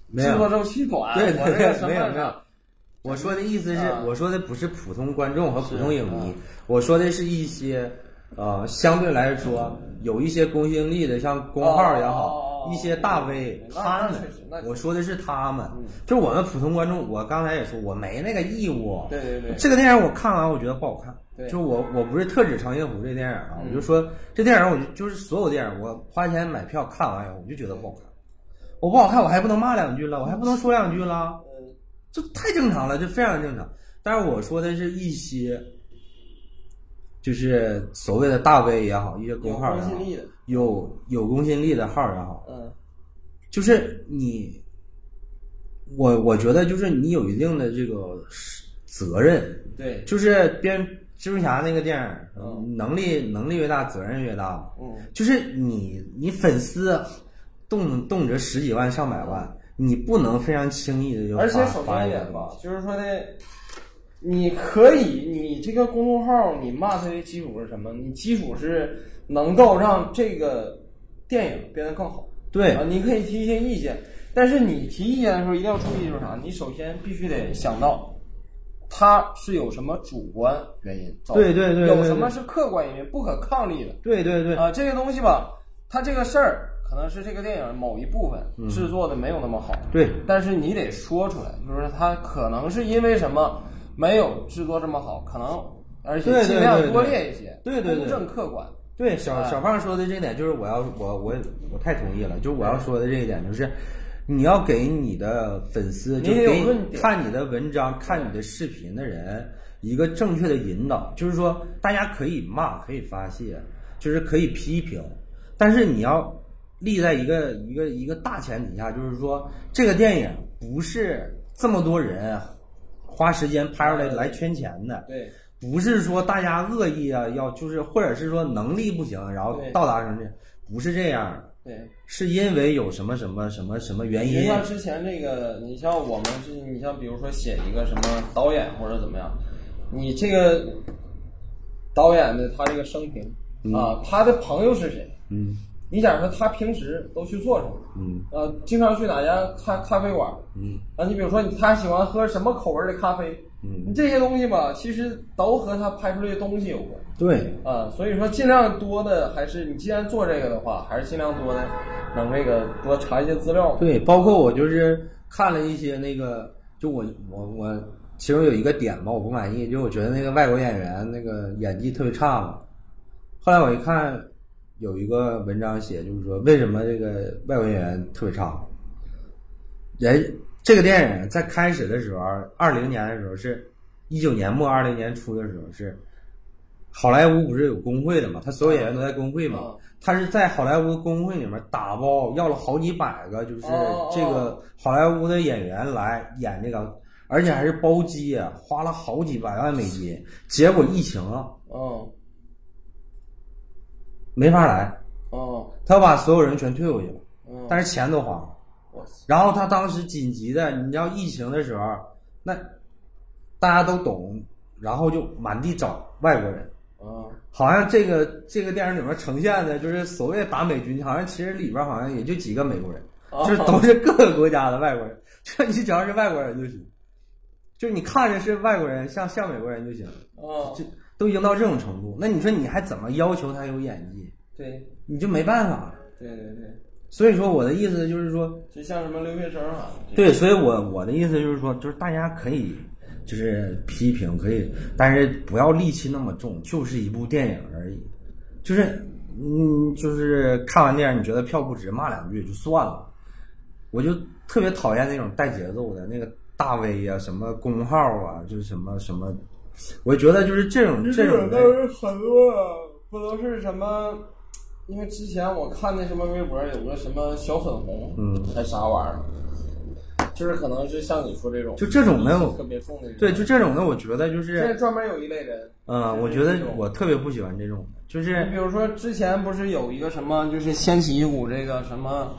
A: 没
B: 制作
A: 有，
B: 周期短，
A: 对
B: 啊我这个
A: 对
B: 什
A: 没有
B: 么
A: 没有。我说的意思是
B: 啊，
A: 我说的不是普通观众和普通影迷，我说的是一些，呃，相对来说有一些公信力的，像公号也
B: 哦哦
A: 好
B: 哦，
A: 一些大 V，
B: 那
A: 他
B: 那确实那
A: 们，
B: 确实嗯
A: 我说的是他们，就是我们普通观众。我刚才也说，我没那个义务。
B: 对对对
A: 这个电影我看完，我觉得不好看。
B: 对嗯
A: 就是我我不是特指长津湖这电影啊，我就说这电影，我就就是所有电影，我花钱买票看完以后，我就觉得不好看。我不好看，我还不能骂两句了，我还不能说两句了，这太正常了，这非常正常。但是我说的是一些，就是所谓的大 V 也好，一些啊
B: 有
A: 公号
B: 公
A: 也好
B: 信，力的，
A: 有有公信力的号也好，
B: 嗯
A: 就是你，我我觉得就是你有一定的这个责任，
B: 对，
A: 就是编蜘蛛侠那个电影，
B: 嗯
A: 能力能力越大，责任越大嘛。
B: 嗯
A: 就是你你粉丝动动辄十几万上百万，你不能非常轻易的就
B: 而且
A: 发
B: 首
A: 发
B: 先一
A: 一
B: 点
A: 个
B: 吧，就是说呢，你可以，你这个公众号你骂它的基础是什么？你基础是能够让这个电影变得更好。
A: 对
B: 啊，你可以提一些意见，但是你提意见的时候一定要注意就是啥？你首先必须得想到。它是有什么主观原因造成
A: 对
B: 的？
A: 对对对
B: 有什么是客观原因不可抗力的？
A: 对对对，
B: 啊，这个东西吧，它这个事儿可能是这个电影某一部
A: 嗯
B: 分制作的没有那么好，
A: 对
B: 但是你得说出来，就是它可能是因为什么没有制作这么好，可能而且
A: 对对
B: 尽量
A: 对
B: 多
A: 对
B: 列一些，
A: 对对对
B: 公正客观，
A: 对，小
B: 啊
A: 小胖说的这一点就是我要我我我太同意了，就是我要说的这一点就是，你要给你的粉丝，就
B: 你得有
A: 给
B: 论
A: 你
B: 点
A: 看你的文章、看你的视频的人一个正确的引导，就是说大家可以骂，可以发泄，就是可以批评，但是你要立在一个一个一个大前提下，就是说这个电影不是这么多人花时间拍出来来圈钱的，
B: 对
A: 不是说大家恶意啊，要就是或者是说能力不行，然后
B: 对
A: 到达什么，不是这样的，
B: 对。
A: 是因为有什么什么什么什么原
B: 就
A: 因。
B: 像之前这个，你像我们是，你像比如说写一个什么导演或者怎么样，你这个导演的他这个生平、啊，他的朋友是谁？
A: 嗯
B: 你假如说他平时都去做什么？
A: 嗯
B: 呃，经常去哪家咖咖啡馆？
A: 嗯，
B: 啊，你比如说你他喜欢喝什么口味的咖啡？
A: 嗯，
B: 这些东西吧，其实都和他拍出来的东西有关。
A: 对，
B: 啊，所以说尽量多的还是你既然做这个的话，还是尽量多的能这个多查一些资料。
A: 对，包括我就是看了一些那个，就我我我其中有一个点吧，我不满意，就是我觉得那个外国演员那个演技特别差嘛。后来我一看，有一个文章写，就是说为什么这个外国演员特别差。人这个电影在开始的时候，二零年的时候是，一九年末二零年初的时候是，好莱坞不是有工会的嘛？他所有演员都在工会嘛？
B: 嗯
A: 他是在好莱坞工会里面打包要了好几百个，就是
B: 哦哦
A: 这个好莱坞的演员来演这个，而且还是包机啊，花了好几百万美金。结果疫情啊
B: 嗯
A: 没法来，
B: 嗯
A: 他把所有人全退回去了，
B: 嗯，
A: 但是钱都花了。
B: 我操，
A: 然后他当时紧急的，你知道疫情的时候，那大家都懂，然后就满地找外国人。
B: 嗯
A: 好像这个这个电影里面呈现的就是所谓打美军，好像其实里边好像也就几个美国人，
B: 哦
A: 就是都是各个国家的外国人。就你只要是外国人就行，就是你看着是外国人，像像美国人就行。
B: 嗯，
A: 这都已经到这种程度，那你说你还怎么要求他有演技？
B: 对
A: 你就没办法。
B: 对对对，
A: 所以说我的意思就是说，
B: 就像什么留学生啊，
A: 对，所以我我的意思就是说，就是大家可以就是批评可以，但是不要戾气那么重，就是一部电影而已。就是嗯，就是看完电影你觉得票不值，骂两句就算了。我就特别讨厌那种带节奏的那个大 V 啊，什么公号啊，就是什么什么，我觉得就是这种这种
B: 但
A: 的，
B: 是很多啊，不都是什么？因为之前我看那什么微博有个什么小粉红，
A: 嗯，
B: 还啥玩意儿，就是可能是像你说这种，
A: 就这种的
B: 特别重的人，
A: 对，就这种的，我觉得就
B: 现在
A: 是，
B: 专门有一类人，
A: 嗯，我觉得我特别不喜欢这种的，就是
B: 你比如说之前不是有一个什么，就是掀起一股这个什么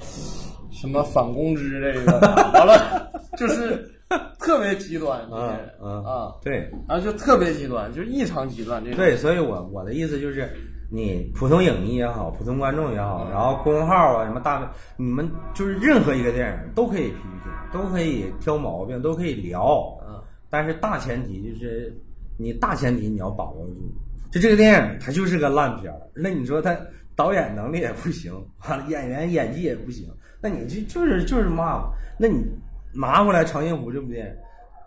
B: 什么反公知这个， 完了就是特别极端这些
A: 嗯
B: 人
A: 嗯
B: 啊，
A: 对。
B: 然后就特别极端，就异常极端这种，
A: 对，所以我我的意思就是，你普通影迷也好，普通观众也好，然后公众号啊什么大，你们就是任何一个电影都可以批评，都可以挑毛病，都可以聊。
B: 嗯，
A: 但是大前提就是你大前提你要把握住，就这个电影它就是个烂片儿，那你说他导演能力也不行，完了演员演技也不行，那你就就是就是骂嘛，那你拿过来《长津湖》这部电影，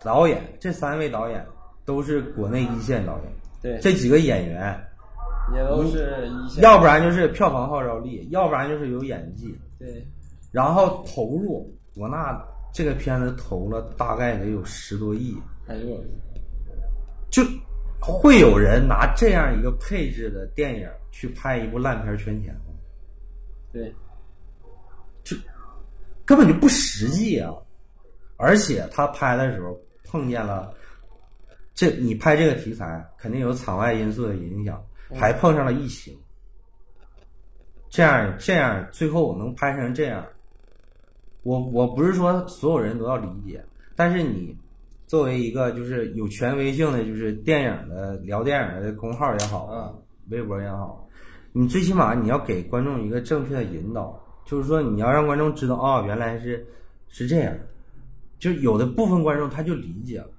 A: 导演这三位导演都是国内一线导演，
B: 对，
A: 这几个演员，
B: 也都是一线，
A: 要不然就是票房号召力，要不然就是有演技，
B: 对，
A: 然后投入，我那这个片子投了大概得有十多亿，
B: 哎呦，
A: 就会有人拿这样一个配置的电影去拍一部烂片儿圈钱吗？
B: 对，
A: 根本就不实际啊！而且他拍的时候碰见了这，你拍这个题材肯定有场外因素的影响，还碰上了疫情。这样这样，最后我能拍成这样，我我不是说所有人都要理解，但是你作为一个就是有权威性的，就是电影的聊电影的公号也好，
B: 嗯
A: 微博也好，你最起码你要给观众一个正确的引导，就是说你要让观众知道啊、原来是是这样，就有的部分观众他就理解了，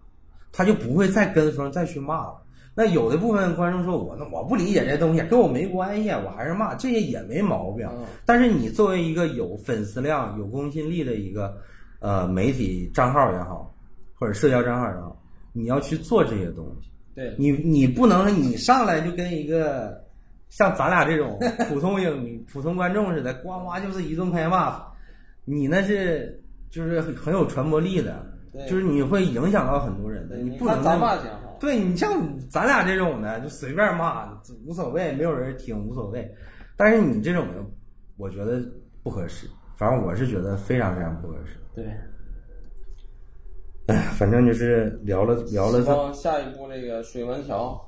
A: 他就不会再跟风再去骂了。那有的部分观众说我那我不理解这东西，跟我没关系，我还是骂，这些也没毛病。
B: 嗯
A: 但是你作为一个有粉丝量、有公信力的一个呃媒体账号也好，或者社交账号也好，你要去做这些东西。
B: 对，
A: 你你不能你上来就跟一个像咱俩这 种普通影迷、普通观众似的，呱呱就是一顿开骂，你那是就是很很有传播力的
B: 对，
A: 就是你会影响到很多人的，
B: 对
A: 你
B: 你
A: 不
B: 看
A: 能
B: 咱
A: 那
B: 骂
A: 么
B: 挺好
A: 对你像咱俩这种的，就随便骂无所谓，没有人听无所谓，但是你这种的，我觉得不合适，反正我是觉得非常非常不合适。
B: 对，
A: 哎，反正就是聊了聊了
B: 希
A: 这么。
B: 望下一步这个水门桥，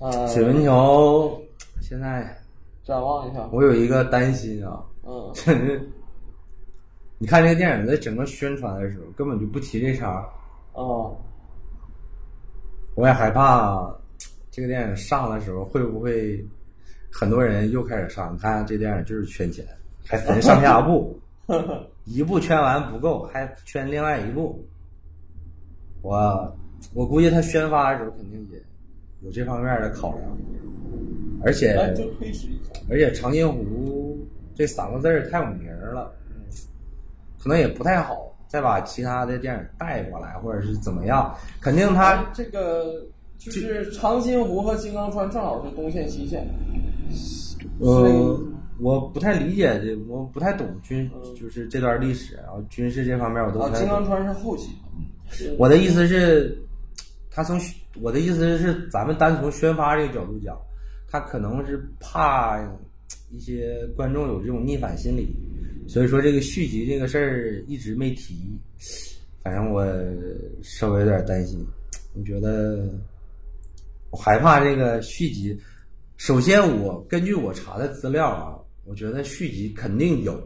B: 呃，
A: 水文桥现在
B: 展望一下，
A: 我有一个担心啊，
B: 嗯，
A: 就是你看这个电影在整个宣传的时候根本就不提这茬儿，
B: 哦，
A: 我也害怕这个电影上的时候会不会很多人又开始上？你看这电影就是圈钱，还分上下部，一部圈完不够，还圈另外一部。我我估计他宣发的时候肯定也有这方面的考量，而且
B: 那就推迟一下，
A: 而且长津湖这三个字儿太有名儿了，可能也不太好再把其他的电影带过来，或者是怎么样。肯定他
B: 哎这个就是长津湖和金刚川正好是东线西线，
A: 呃，我不太理解这，我不太懂军，就是这段历史，然后军事这方面我都
B: 啊，
A: 不太
B: 嗯金
A: 懂。
B: 刚川是后期，是
A: 我的意思是，他从我的意思是，咱们单从宣发这个角度讲，他可能是怕一些观众有这种逆反心理，所以说这个续集这个事儿一直没提，反正我稍微有点担心，我觉得我害怕这个续集。首先我，根据我查的资料啊，我觉得续集肯定有，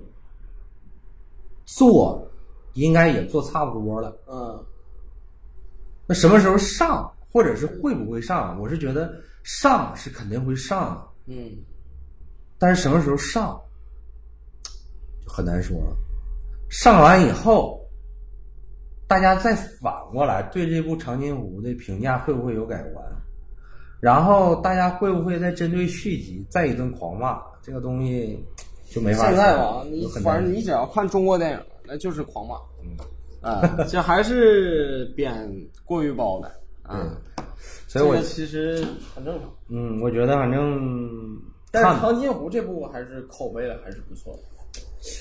A: 做应该也做差不多了。
B: 嗯，
A: 那什么时候上，或者是会不会上？我是觉得上是肯定会上的，
B: 嗯，
A: 但是什么时候上，就很难说了。上完以后，大家再反过来对这部《长津湖》的评价会不会有改观？然后大家会不会再针对续集再一顿狂骂？这个东西就没法说
B: 现
A: 了。
B: 在吧，你
A: 就很难
B: 反正你只要看中国电影，那就是狂骂，
A: 嗯
B: 啊，这还是贬过于褒的啊，
A: 所以我
B: 这个其实很正常。
A: 嗯，我觉得反正
B: 但
A: 看
B: 是
A: 吧
B: 长津湖这部还是口碑还是不错的，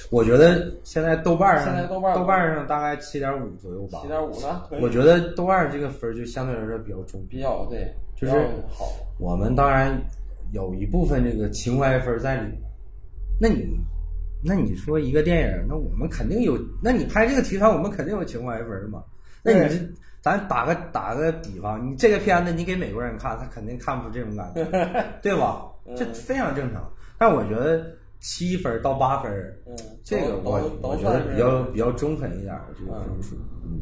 A: 我觉得现在豆瓣儿上，
B: 现在豆瓣儿
A: 上大概七点五左右吧
B: 七。点五呢，可以
A: 我觉得豆瓣儿这个分儿就相对来说比较中
B: 比
A: 平。
B: 较对，
A: 就是
B: 比较好，
A: 我们当然有一部分这个情怀分儿在里面。那你，那你说一个电影，那我们肯定有，那你拍这个题材，我们肯定有情怀分儿嘛？那你这，咱打个打个比方，你这个片子你给美国人看，他肯定看不出这种感 觉，对吧？这
B: 嗯
A: 非常正常。但我觉得七分儿到八分儿，
B: 嗯，
A: 这个
B: 都
A: 我
B: 都
A: 我觉
B: 算
A: 得
B: 是
A: 比较比较中肯一点儿，这个分数，嗯，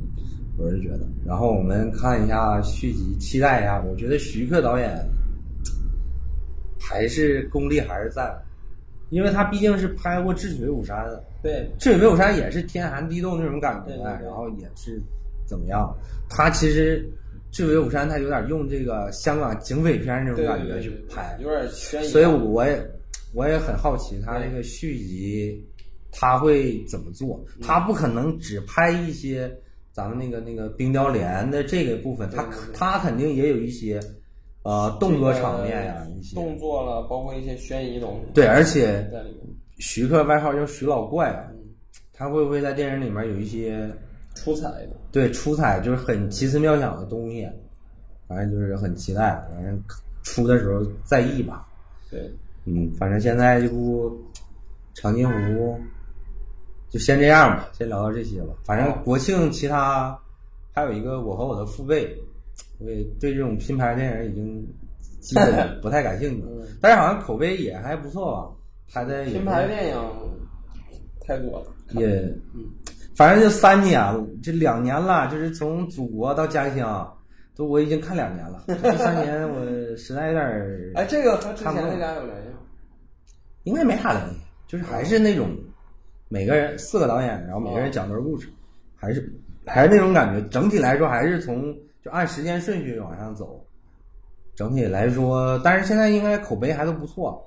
A: 我是觉得。然后我们看一下续集，期待一下。我觉得徐克导演还是功力还是在，因为他毕竟是拍过《智取威虎山》的，
B: 对
A: 《智取威虎山》也是天寒地冻那种感觉啊
B: 对，对对
A: 然后也是怎么样？他其实《智取威虎山》他有点用这个香港警匪片那种
B: 对
A: 感
B: 对
A: 觉
B: 对
A: 去
B: 对对
A: 拍，
B: 有点悬疑。啊
A: 所以我也我也很好奇他这个续集他会怎么做，他不可能只拍一些咱们那个那个冰雕连的这个部分，他他肯定也有一些呃动作场面呀、一些
B: 呃动作了，包括一些悬疑东西
A: 对，而且
B: 在里面。
A: 徐克外号叫徐老怪啊，
B: 嗯
A: 他会不会在电影里面有一些
B: 出彩的，
A: 对出彩就是很奇思妙想的东西？啊反正就是很期待，反正出的时候再议吧。
B: 对，
A: 嗯，反正现在这部《长津湖》就先这样吧，先聊到这些吧。反正国庆其他还有一个《我和我的父辈》，我也对这种拼盘电影已经基本不太感兴趣了，但是好像口碑也还不错吧，拍的也
B: 品牌电影太多了。
A: 也，反正就三年了，这两年了，就是从祖国到家乡，都我已经看两年了，第三年我实在有点儿
B: 哎，这个和之前那俩有联系吗？
A: 应该没啥联系，就是还是那种每个人四个导演，然后每个人讲段故事，还是还是那种感觉。整体来说，还是从就按时间顺序往上走。整体来说，但是现在应该口碑还都不错。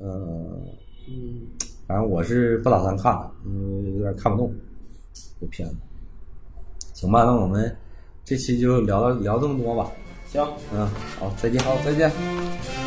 A: 呃，
B: 嗯，
A: 反正我是不打算看了，因为有点看不动这片子。行吧，那我们这期就聊到聊这么多吧。
B: 行，
A: 嗯，好，再见。
B: 好，再见。
A: 嗯。